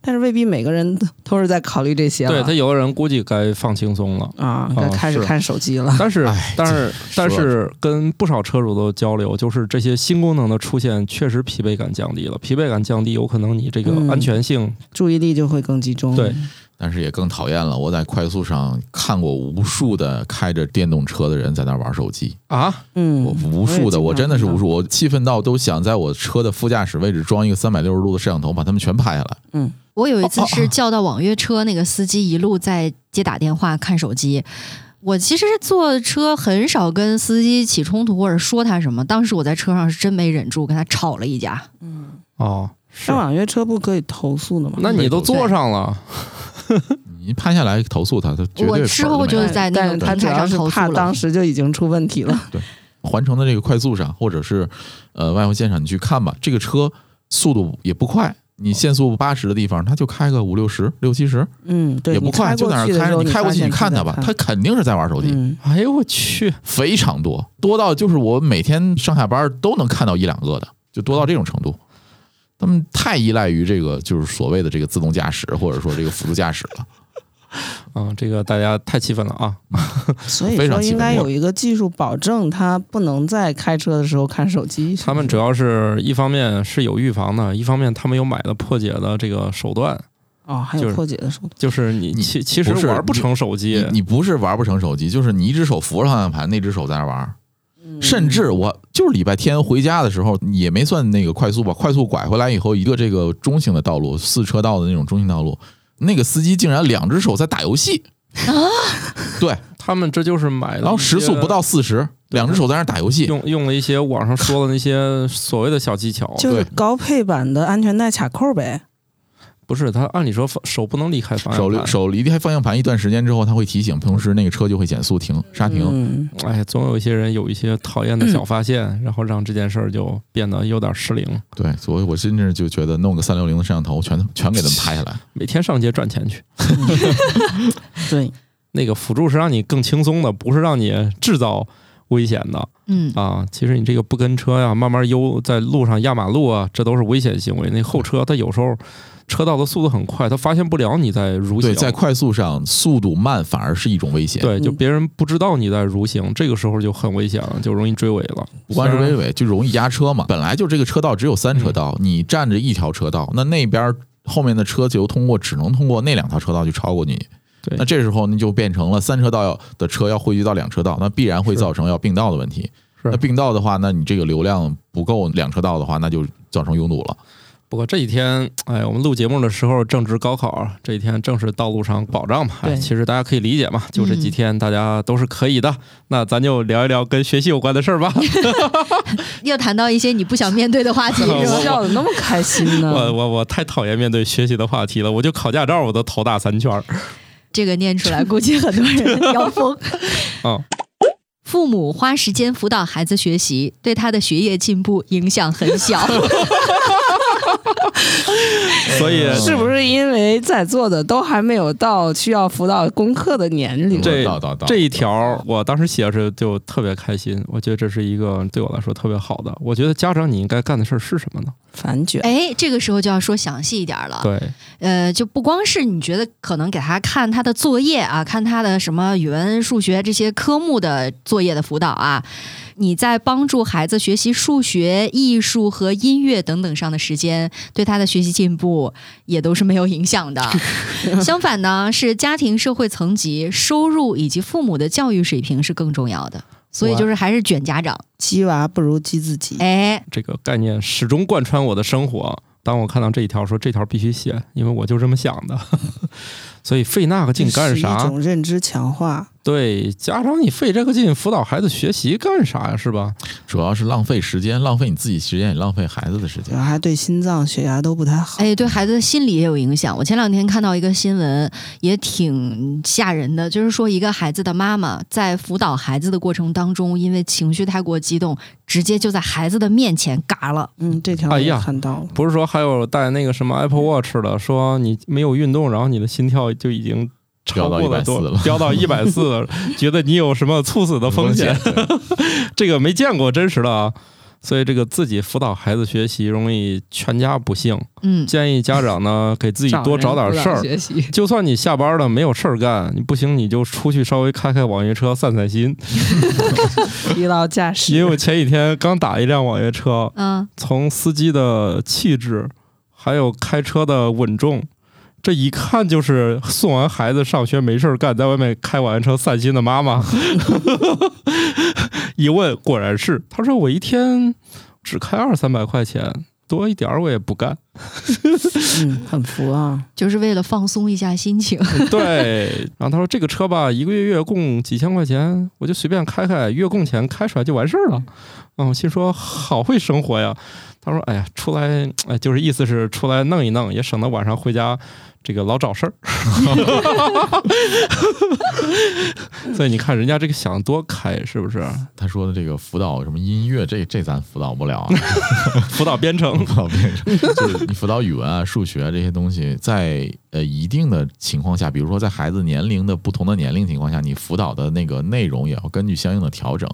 S3: 但是未必每个人都都是在考虑这些
S2: 对
S3: 了。
S2: 他有的人估计该放轻松了。
S3: 啊，该
S2: 哦
S3: 开始
S2: 是
S3: 看手机了。
S2: 但是
S5: 哎，
S2: 但是，
S5: 这
S2: 但
S5: 说到
S2: 是，跟不少车主都交流，就是这些新功能的出现，确实疲惫感降低了。疲惫感降低，有可能你这个
S3: 嗯
S2: 安全性
S3: 注意力就会更集中。
S2: 对，
S5: 但是也更讨厌了。我在快速上看过无数的开着电动车的人在那儿玩手机，
S2: 啊，
S3: 嗯，
S5: 我无数的，
S3: 我也经常
S5: 我真的是
S3: 看到
S5: 无数，我气愤到都想在我车的副驾驶位置装一个三百六十度的摄像头，把他们全拍下来。
S4: 我有一次是叫到网约车，那个司机一路在接打电话、看手机。我其实坐车很少跟司机起冲突或者说他什么，当时我在车上是真没忍住跟他吵了一架。
S2: 哦，是
S3: 上，网约车不可以投诉的吗？
S2: 那你都坐上了，
S5: 你拍下来投诉他，他绝对
S4: 我
S5: 本儿
S4: 之
S5: 都
S4: 后
S5: 没
S4: 就
S5: 有
S4: 是在那
S3: 但
S4: 个
S3: 是他
S4: 平
S3: 主
S4: 台
S3: 要
S4: 上
S3: 是
S4: 投
S3: 怕
S4: 诉
S3: 当
S4: 了。
S3: 时就已经出问题了。
S5: 环城的这个快速上，或者是呃外环线上，你去看吧，这个车速度也不快。你限速八十的地方，他就开个五六十、六七十，
S3: 嗯，对，
S5: 也不
S3: 你
S5: 快，
S3: 开
S5: 就
S3: 过
S5: 在那儿
S3: 去的
S5: 开
S3: 时
S5: 着。
S3: 候，
S5: 你开过去，你看他
S3: 他
S5: 吧，他肯定是在玩手机，
S3: 嗯，
S2: 哎呦我去，
S5: 非常多，多到就是我每天上下班都能看到一两个的，就多到这种程度。他们太依赖于这个，就是所谓的这个自动驾驶，或者说这个辅助驾驶了。
S2: 啊，这个大家太气愤了啊！
S3: 所以
S5: 非常
S3: 说
S5: 气
S3: 应该
S5: 愤
S3: 有一个技术保证，他不能在开车的时候看手机。
S2: 他们主要是一方面是有预防的，一方面他们有买了破解的这个手段，
S3: 哦，还
S2: 就
S3: 有
S2: 是
S3: 破解的手段。
S2: 就是你
S5: 你
S2: 其其实
S5: 不是
S2: 玩不成手
S5: 你
S2: 机，
S5: 你不是玩不成手机，就是你一只手扶着方向盘，那只手在那玩儿。
S2: 嗯
S5: 甚至我就是礼拜天回家的时候，也没算那个快速吧，快速拐回来以后，一个这个中型的道路，四车道的那种中型道路，那个司机竟然两只手在打游戏啊！对，
S2: 他们这就是买了，
S5: 然后时速不到四十，两只手在那儿打游戏，
S2: 用用了一些网上说的那 些所谓的小技巧，
S3: 就是
S5: 对
S3: 高配版的安全带卡扣呗。
S2: 不是他按理说手不能离开方向
S5: 手离
S2: 哎盘，
S5: 手离开方向盘一段时间之后，它会提醒，同时那个车就会减速停刹停。
S3: 嗯，
S2: 哎，总有一些人有一些讨厌的小发现，
S5: 嗯
S2: 然后让这件事儿就变得有点失灵。
S5: 对，所以我真是就觉得弄个三六零的摄像头全全给他们拍下来。
S2: 每天上街赚钱去，
S3: 对，
S2: 那个辅助是让你更轻松的，不是让你制造危险的
S4: 嗯，
S2: 啊。其实你这个不跟车呀、慢慢悠在路上压马路啊，这都是危险行为。那后车它有时候车道的速度很快，它发现不了你在如行
S5: 对，，在快速上速度慢反而是一种危险，
S2: 对，就
S3: 嗯
S2: 别人不知道你在如行，这个时候就很危险了，就容易追尾了。
S5: 不光是
S2: 虽然
S5: 微尾，就容易压车嘛。本来就这个车道只有三
S2: 嗯
S5: 车道，你占着一条车道，那那边后面的车就通过，只能通过那两条车道去超过你。
S2: 对
S5: 那这时候你就变成了三车道的车要汇聚到两车道，那必然会
S2: 是
S5: 造成要并道的问题。
S2: 是
S5: 那并道的话，那你这个流量不够两车道的话，那就造成拥堵了。
S2: 不过这几天，哎，我们录节目的时候正值高考啊，这几天正是道路上保障嘛。哎，
S3: 对嗯
S2: 其实大家可以理解嘛，就这几天大家都是可以的。那咱就聊一聊跟学习有关的事 儿吧。
S4: 又谈到一些你不想面对的话题，是
S2: 我
S4: 吧？
S3: 笑的那么开心
S2: 我
S3: 呢。
S2: 我我太讨厌面对学习的话题了，我就考驾照我都头大三圈儿。
S4: 这个念出 来，估计很多人要疯。
S2: 嗯
S4: 父母花时间辅导孩子学习，对他的学业进步影响很小。
S2: 哎 所以
S5: 嗯
S3: 是不是因为在座的都还没有到需要辅导功课的年
S5: 嗯
S3: 龄？
S2: 这
S5: 到到 到
S2: 这一条儿，我当时写的时候就特别开心，我觉得这是一个对我来说特别好的。我觉得家长你应该干的事儿是什么呢？
S3: 反卷。
S4: 哎，这个时候就要说详细一点
S3: 啊
S4: 了。
S2: 对，
S4: 呃，就不光是你觉得可能给他看他的作业啊，看他的什么语文、数学这些科目的作业的辅导啊，你在帮助孩子学习数学、艺术和音乐等等上的时间，对他的学习进步也都是没有影 响的。相反呢，是家庭、社会层级、收入以及父母的教育水平是更重要的。所以就是还是卷家长，
S3: 鸡娃不如鸡自己。
S4: 哎，
S2: 这个概念始终贯穿我的生活。当我看到这一条，说这条必须写，因为我就这么想的。 所以费那个劲干
S3: 这是一
S2: 啥？
S3: 种认知强化。
S2: 对，家长你费这个劲辅导孩子学习干啥呀？是吧？
S5: 主要是浪费时间，浪费你自己时间，也浪费孩子的时间
S3: 主。要还对心脏、血压都不太好。
S4: 哎，对孩子的心理也有影响。我前两天看到一个新闻，也挺吓人的，就是说一个孩子的妈妈在辅导孩子的过程当中，因为情绪太过激动，直接就在孩子的面前嘎了。
S3: 嗯，这条我
S2: 哎
S3: 也
S2: 呀
S3: 看到了。
S2: 不是说还有戴那个什么 Apple Watch 的，说你没有运动，然后你的心跳就已经超过了多
S5: 飙到140了，
S2: 飙到一百四了，觉得你有什么猝死的风险？
S5: 对
S2: 这个没见过真实的啊。所以这个自己辅导孩子学习容易全家不幸，
S4: 嗯，
S2: 建议家长呢给自己多找点事儿。
S1: 学习。
S2: 就算你下班了没有事儿干，你不行你就出去稍微开开网约车散散心。
S3: 疲劳驾驶，
S2: 因为我前几天刚打一辆网约车，
S4: 嗯，
S2: 从司机的气质，还有开车的稳重，这一看就是送完孩子上学没事儿干，在外面开网约车散心的妈妈。 一问果然是，她说我一天只开二三百块钱，多一点儿我也不干。
S3: 嗯， 很服啊。
S4: 就是为了放松一下心情。
S2: 嗯对，然后她说这个车吧，一个月月供几千块钱，我就随便开开，月供钱开出来就完事儿了。嗯，我心说好会生活呀。他说：“哎呀，出来，哎，就是意思是出来弄一弄，也省得晚上回家这个老找事儿。 所以你看人家这个想得多开，是不是？
S5: 他说的这个辅导什么音乐，这这咱辅导不了啊，
S2: 辅导编程，
S5: 辅导不了就是你辅导语文啊、数学啊这些东西，在呃一定的情况下，比如说在孩子年龄的不同的年龄情况下，你辅导的那个内容也要根据相应的调整。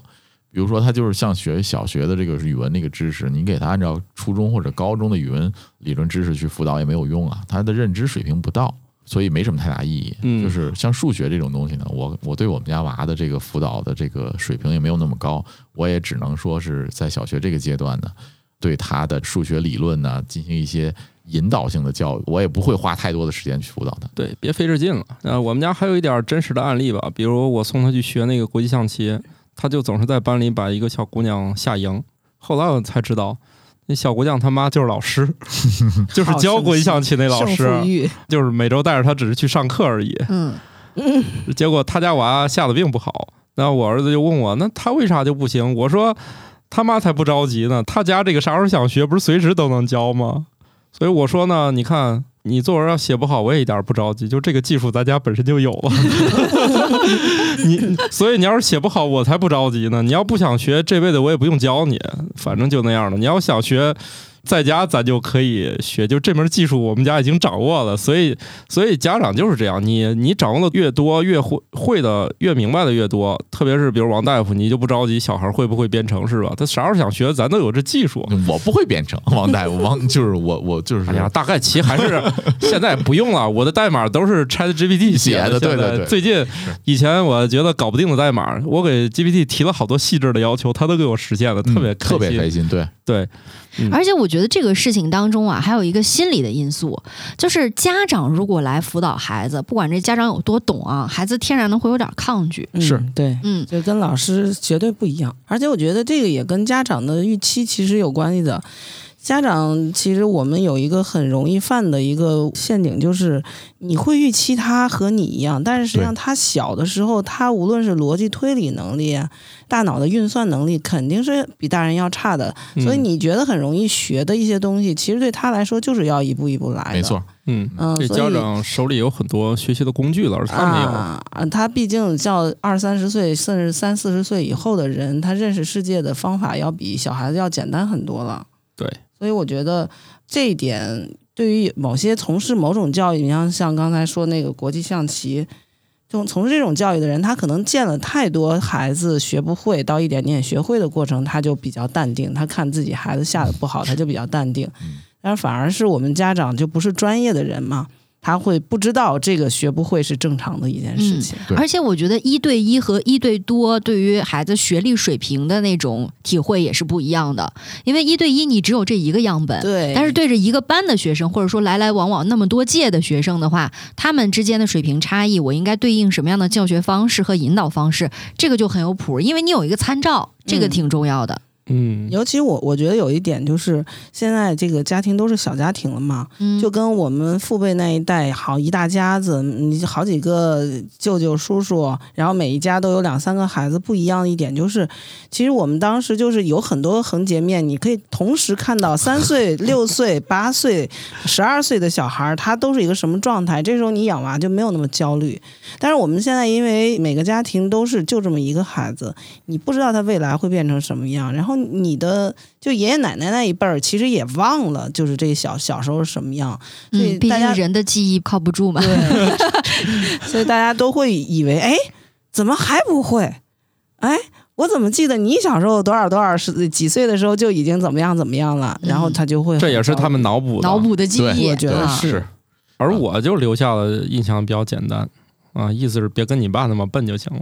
S5: 比如说，他就是像学小学的这个语文那个知识，你给他按照初中或者高中的语文理论知识去辅导也没有用啊，他的认知水平不到，所以没什么太大意义。
S2: 嗯
S5: 就是像数学这种东西呢，我我对我们家娃的这个辅导的这个水平也没有那么高，我也只能说是在小学这个阶段呢，对他的数学理论呢进行一些引导性的教育，我也不会花太多的时间去辅导他。
S2: 对，别费这劲了。呃，我们家还有一点真实的案例吧，比如我送他去学那个国际象棋，他就总是在班里把一个小姑娘吓赢。后来我才知道，那小姑娘她妈就是老师，就是
S3: 好
S2: 教
S3: 生
S2: 国际
S3: 气
S2: 象棋那老
S3: 胜
S2: 师。啊
S3: 负欲，
S2: 就是每周带着他只是去上课而已。
S4: 嗯，
S2: 结果他家娃下的并不好，那我儿子就问我，那他为啥就不行？我说他妈才不着急呢，他家这个啥时候想学，不是随时都能教吗？所以我说呢，你看你作文要写不好，我也一点儿不着急，就这个技术咱家本身就有了。 你所以你要是写不好，我才不着急呢。你要不想学，这辈子我也不用教你，反正就那样了。你要想学，在家咱就可以学，就这门技术我们家已经掌握了，所以所以家长就是这样，你你掌握的越多，越会会的越明白的越多。特别是比如王大夫，你就不着急小孩会不会编程是吧？他啥时候想学，咱都有这技术。
S5: 我不会编程，王大夫，王就是我，我就是
S2: 哎呀，大概其还 是现在不用了，我的代码都是 Chat GPT 写
S5: 写的对
S2: 现在
S5: 对对
S2: 最近以前我觉得搞不定的代码，我给 GPT 提了好多细致的要求，它都给我实现了，特别
S5: 嗯特别开
S2: 心。
S5: 心，对，
S2: 对，嗯
S4: 而且我觉得这个事情当中啊，还有一个心理的因素，就是家长如果来辅导孩子，不管这家长有多懂啊，孩子天然的会有点抗拒。
S3: 嗯
S2: 是
S3: 对。
S4: 嗯，
S3: 就跟老师绝对不一样，而且我觉得这个也跟家长的预期其实有关系的。家长其实我们有一个很容易犯的一个陷阱，就是你会预期他和你一样，但是实际上他小的时候，他无论是逻辑推理能力、大脑的运算能力，肯定是比大人要差的。
S2: 嗯
S3: 所以你觉得很容易学的一些东西，其实对他来说就是要一步一步来的。
S5: 没错，
S2: 嗯，
S3: 嗯，
S2: 这
S3: 所以
S2: 家长手里有很多学习的工具了，而他没有。
S3: 啊，啊他毕竟叫二三十岁，甚至三四十岁以后的人，他认识世界的方法要比小孩子要简单很多了。
S2: 对，
S3: 所以我觉得这一点对于某些从事某种教育，你像像刚才说那个国际象棋，从从事这种教育的人，他可能见了太多孩子学不会到一点点学会的过程，他就比较淡定。他看自己孩子下的不好，他就比较淡定。但是反而是我们家长就不是专业的人嘛，他会不知道这个学不会是正常的一件事情。
S5: 对
S4: 而且我觉得一对一和一对多对于孩子学历水平的那种体会也是不一样的，因为一对一你只有这一个样本。
S3: 对，
S4: 但是对着一个班的学生，或者说来来往往那么多届的学生的话，他们之间的水平差异，我应该对应什么样的教学方式和引导方式，这个就很有谱，因为你有一个参照，这个
S3: 嗯
S4: 挺重要的。
S2: 嗯，
S3: 尤其我我觉得有一点就是，现在这个家庭都是小家庭了嘛，
S4: 嗯，
S3: 就跟我们父辈那一代好一大家子，嗯你好几个舅舅叔叔，然后每一家都有两三个孩子，不一样的一点就是，其实我们当时就是有很多横截面，你可以同时看到三岁、 六岁、八岁、十二岁的小孩儿，他都是一个什么状态，这时候你养娃就没有那么焦虑。但是我们现在因为每个家庭都是就这么一个孩子，你不知道他未来会变成什么样，然后你的就爷爷奶奶那一辈儿其实也忘了，就是这小小时候是什么样，所以
S4: 嗯，毕
S3: 大
S4: 竟
S3: 家
S4: 人的记忆靠不住嘛。
S3: 对， 所以大家都会以为，哎，怎么还不会？哎，我怎么记得你小时候多少多少是几岁的时候就已经怎么样怎么样了？然后他就会很
S2: 这也是
S3: 着急
S2: 他们脑补的
S4: 脑。补的记
S5: 对
S4: 忆，
S3: 我觉得
S4: 啊
S5: 是
S2: 而我就留下了印象比较简单啊，意思是别跟你爸那么笨就行了。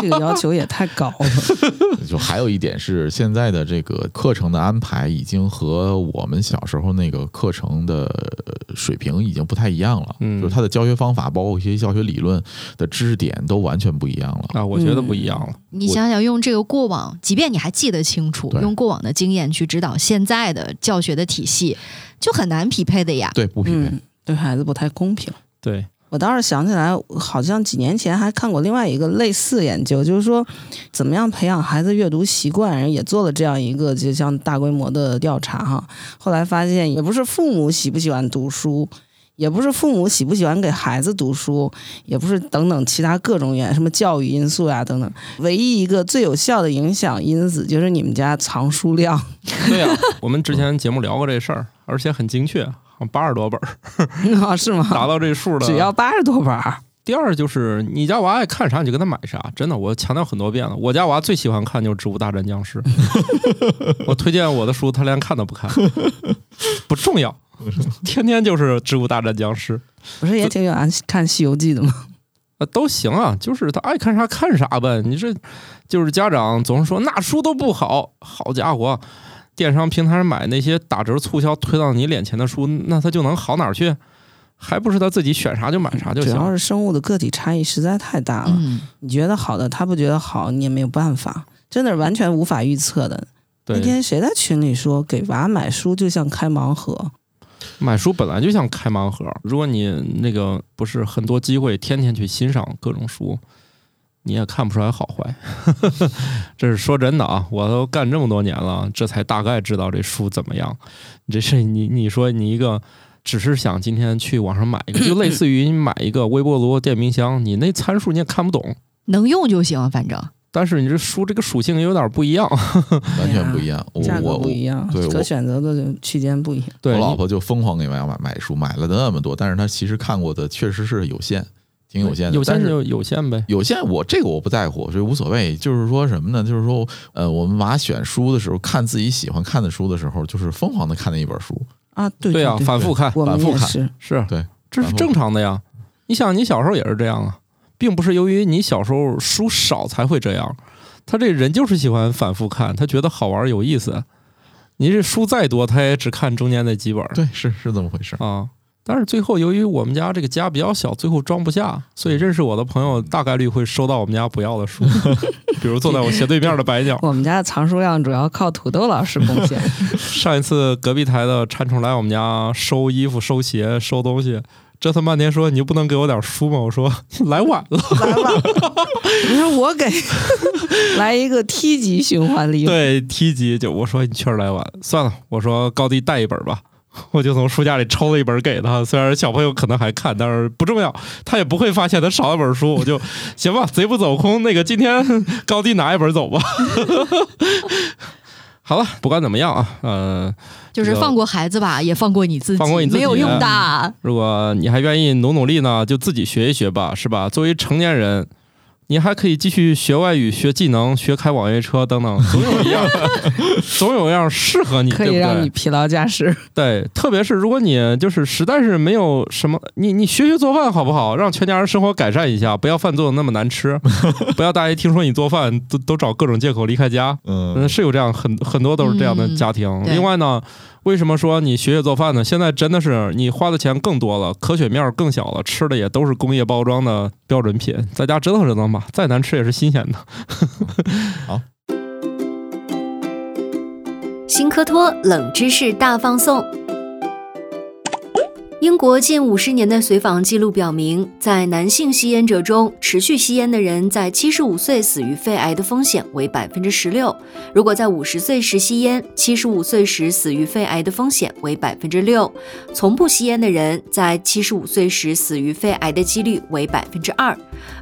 S3: 这个要求也太高了。
S5: 就还有一点是，现在的这个课程的安排已经和我们小时候那个课程的呃水平已经不太一样了，
S2: 嗯
S5: 就是它的教学方法，包括一些教学理论的知识点都完全不一样了。
S2: 啊，我觉得不一样
S3: 嗯
S2: 了。
S4: 你想想，用这个过往，即便你还记得清楚，
S5: 对
S4: 用过往的经验去指导现在的教学的体系，就很难匹配的呀。
S5: 对，不匹配。
S3: 嗯，对孩子不太公平。
S2: 对，
S3: 我倒是想起来，好像几年前还看过另外一个类似研究，就是说怎么样培养孩子阅读习惯，然后也做了这样一个就像大规模的调查哈。后来发现，也不是父母喜不喜欢读书，也不是父母喜不喜欢给孩子读书，也不是等等其他各种原因，什么教育因素呀、等等。唯一一个最有效的影响因子就是你们家藏书量。
S2: 对呀、我们之前节目聊过这事儿，而且很精确，好像八十多本儿，
S3: 啊，是
S2: 达
S3: 吗？
S2: 到这数的。
S3: 只要八十多本儿，
S2: 第二就是你家娃爱看啥，你就给他买啥。真的，我强调很多遍了，我家娃最喜欢看就是《植物大战僵尸》， 我推荐我的书，他连看都不看，不重要，天天就是《植物大战僵尸》
S3: 不是也挺有爱看《西游记》的吗？
S2: 呃，都行啊，就是他爱看啥看啥呗。你这就是家长总是说那书都不好，好家伙，电商平台上买那些打折促销推到你脸前的书，那他就能好哪儿去？还不是他自己选啥就买啥就
S3: 主
S2: 行
S3: 要
S2: 了。
S3: 是生物的个体差异实在太大了。
S2: 啊
S4: 嗯，
S3: 你觉得好的，他不觉得好，你也没有办法，真的是完全无法预测的。那
S2: 对，
S3: 天谁在群里说，给娃买书就像开盲盒，
S2: 买书本来就像开盲盒，如果你那个不是很多机会天天去欣赏各种书，你也看不出来好坏。 这是说真的啊，我都干这么多年了，这才大概知道这书怎么样。这是你你说你一个只是想今天去网上买一个， 就类似于你买一个微波炉、电冰箱，你那参数你也看不懂，
S4: 能用就行，啊反正
S2: 但是你这书这个属性有点不一样。
S5: 完全不一样。我
S3: 啊价格
S5: 我
S3: 不
S5: 我
S3: 一样
S5: 对，
S3: 可
S5: 我
S3: 选择的区间不一样。
S2: 对，
S5: 我老
S2: 你
S5: 婆就疯狂给我要买买书，买了那么多，但是她其实看过的确实是有限，挺有限的。
S2: 有
S5: 但
S2: 限
S5: 是
S2: 就有限呗。
S5: 有限我这个我不在乎，所以无所谓。就是说什么呢？就是说，呃，我们娃选书的时候，看自己喜欢看的书的时候，就是疯狂的看那一本书。
S3: 啊，对
S2: 对
S3: 对
S2: 啊，反复看。
S3: 我们
S5: 反复
S3: 也
S5: 看
S3: 是，
S2: 是
S5: 对，
S2: 这是
S5: 然后
S2: 正常的呀。你想，你小时候也是这样啊，并不是由于你小时候书少才会这样，他这人就是喜欢反复看，他觉得好玩有意思。你这书再多，他也只看中间那几本儿
S5: 对，是是这么回事。
S2: 啊。但是最后，由于我们家这个家比较小，最后装不下，所以认识我的朋友大概率会收到我们家不要的书， 比如坐在我斜对面的白鸟。
S3: 我们家的藏书量主要靠土豆老师贡献。
S2: 上一次隔壁台的馋虫来我们家收衣服、收鞋、收东西，折腾半天说你不能给我点书吗？我说 来晚了。
S3: 来吧，你说我给来一个梯级循环利用，
S2: 对，梯级就我说你确实来晚，算了，我说高低带一本吧。我就从书架里抽了一本给他，虽然小朋友可能还看，但是不重要，他也不会发现他少了本书。我就行吧，贼不走空，那个今天高低拿一本走吧。 好了，不管怎么样啊，呃，
S4: 就是放过孩子吧，也放过你自己，
S2: 放过你自己啊
S4: 没有用 的。
S2: 如果你还愿意努努力呢，就自己学一学吧，是吧？作为成年人，你还可以继续学外语、学技能、学开网约车等 等，总有一样，总有一样适合你，
S3: 可以
S2: 对不
S3: 让
S2: 对
S3: 你疲劳驾驶。
S2: 对，特别是如果你就是实在是没有什么，你你学学做饭好不好？让全家人生活改善一下，不要饭做的那么难吃，不要大家一听说你做饭都都找各种借口离开家。嗯，
S5: 嗯，
S2: 是有这样很很多都是这样的
S4: 嗯
S2: 家庭。
S4: 对
S2: 另外呢，为什么说你学学做饭呢？现在真的是你花的钱更多了，可选面儿更小了，吃的也都是工业包装的标准品，在家折腾折腾吧，再难吃也是新鲜的。
S6: 新科托冷知识大放送。英国近五十年的随访记录表明，在男性吸烟者中，持续吸烟的人在七十五岁死于肺癌的风险为百分之十六；如果在五十岁时吸烟，七十五岁时死于肺癌的风险为百分之六；从不吸烟的人在七十五岁时死于肺癌的几率为百分之二。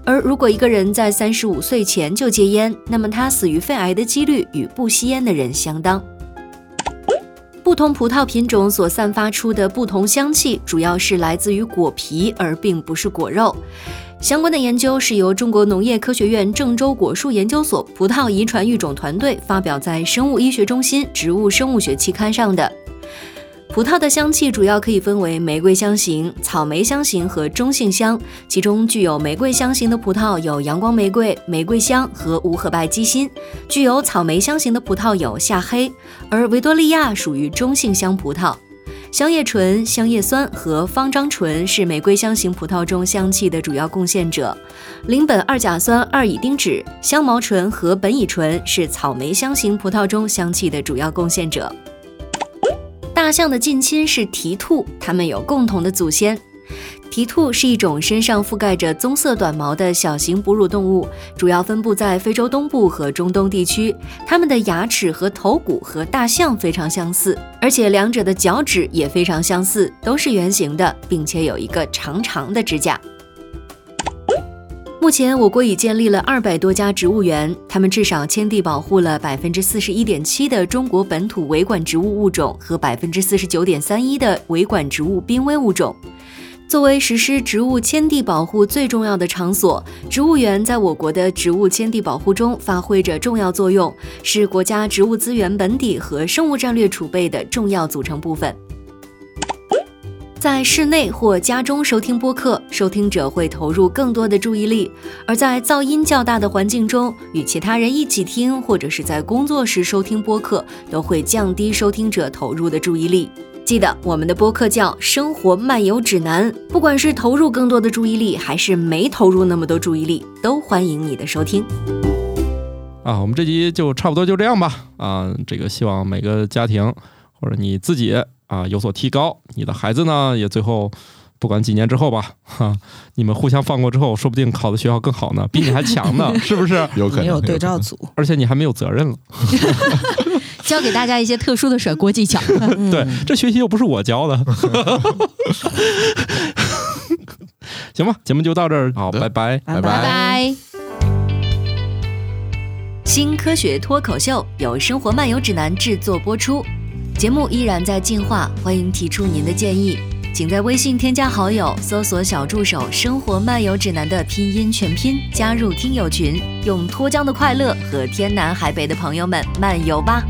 S6: 而如果一个人在三十五岁前就戒烟，那么他死于肺癌的几率与不吸烟的人相当。不同葡萄品种所散发出的不同香气，主要是来自于果皮，而并不是果肉。相关的研究是由中国农业科学院郑州果树研究所葡萄遗传育种团队发表在《生物医学中心植物生物学期刊》上的。葡萄的香气主要可以分为玫瑰香型、草莓香型和中性香，其中具有玫瑰香型的葡萄有阳光玫瑰、玫瑰香和无核白基辛，具有草莓香型的葡萄有夏黑，而维多利亚属于中性香葡萄。香叶醇、香叶酸和芳樟醇是玫瑰香型葡萄中香气的主要贡献者，邻苯二甲酸二乙丁酯、香茅醇和苯乙醇是草莓香型葡萄中香气的主要贡献者。大象的近亲是蹄兔，它们有共同的祖先。蹄兔是一种身上覆盖着棕色短毛的小型哺乳动物，主要分布在非洲东部和中东地区。它们的牙齿和头骨和大象非常相似，而且两者的脚趾也非常相似，都是圆形的，并且有一个长长的指甲。目前，我国已建立了二百多家植物园，他们至少签地保护了百分之四十一点七的中国本土维管植物物种和百分之四十九点三一的维管植物濒危物种。作为实施植物迁地保护最重要的场所，植物园在我国的植物迁地保护中发挥着重要作用，是国家植物资源本体和生物战略储备的重要组成部分。在室内或家中收听播客，收听者会投入更多的注意力；而在噪音较大的环境中，与其他人一起听，或者是在工作时收听播客，都会降低收听者投入的注意力。记得我们的播客叫《生活漫游指南》，不管是投入更多的注意力，还是没投入那么多注意力，都欢迎你的收听。
S2: 啊，我们这集就差不多就这样吧。啊，这个希望每个家庭或者你自己啊有所提高，你的孩子呢也最后不管几年之后吧， 哈、你们互相放过之后，说不定考的学校更好呢，比你还强 呢，是不是？
S5: 有可能
S3: 没有对
S5: 可
S3: 照
S5: 能
S3: 组，
S2: 而且你还没有责任了。
S4: 教给大家一些特殊的甩锅技巧。
S2: 对，
S3: 嗯
S2: 这学习又不是我教的。 行吧，节目就到这儿，好，
S5: 好的
S2: 拜拜。
S5: 拜拜
S4: 拜拜。
S6: 新科学脱口秀由《生活漫游指南》制作播出，节目依然在进化，欢迎提出您的建议，请在微信添加好友，搜索小助手“生活漫游指南”的拼音全拼，加入听友群，用脱缰的快乐和天南海北的朋友们漫游吧。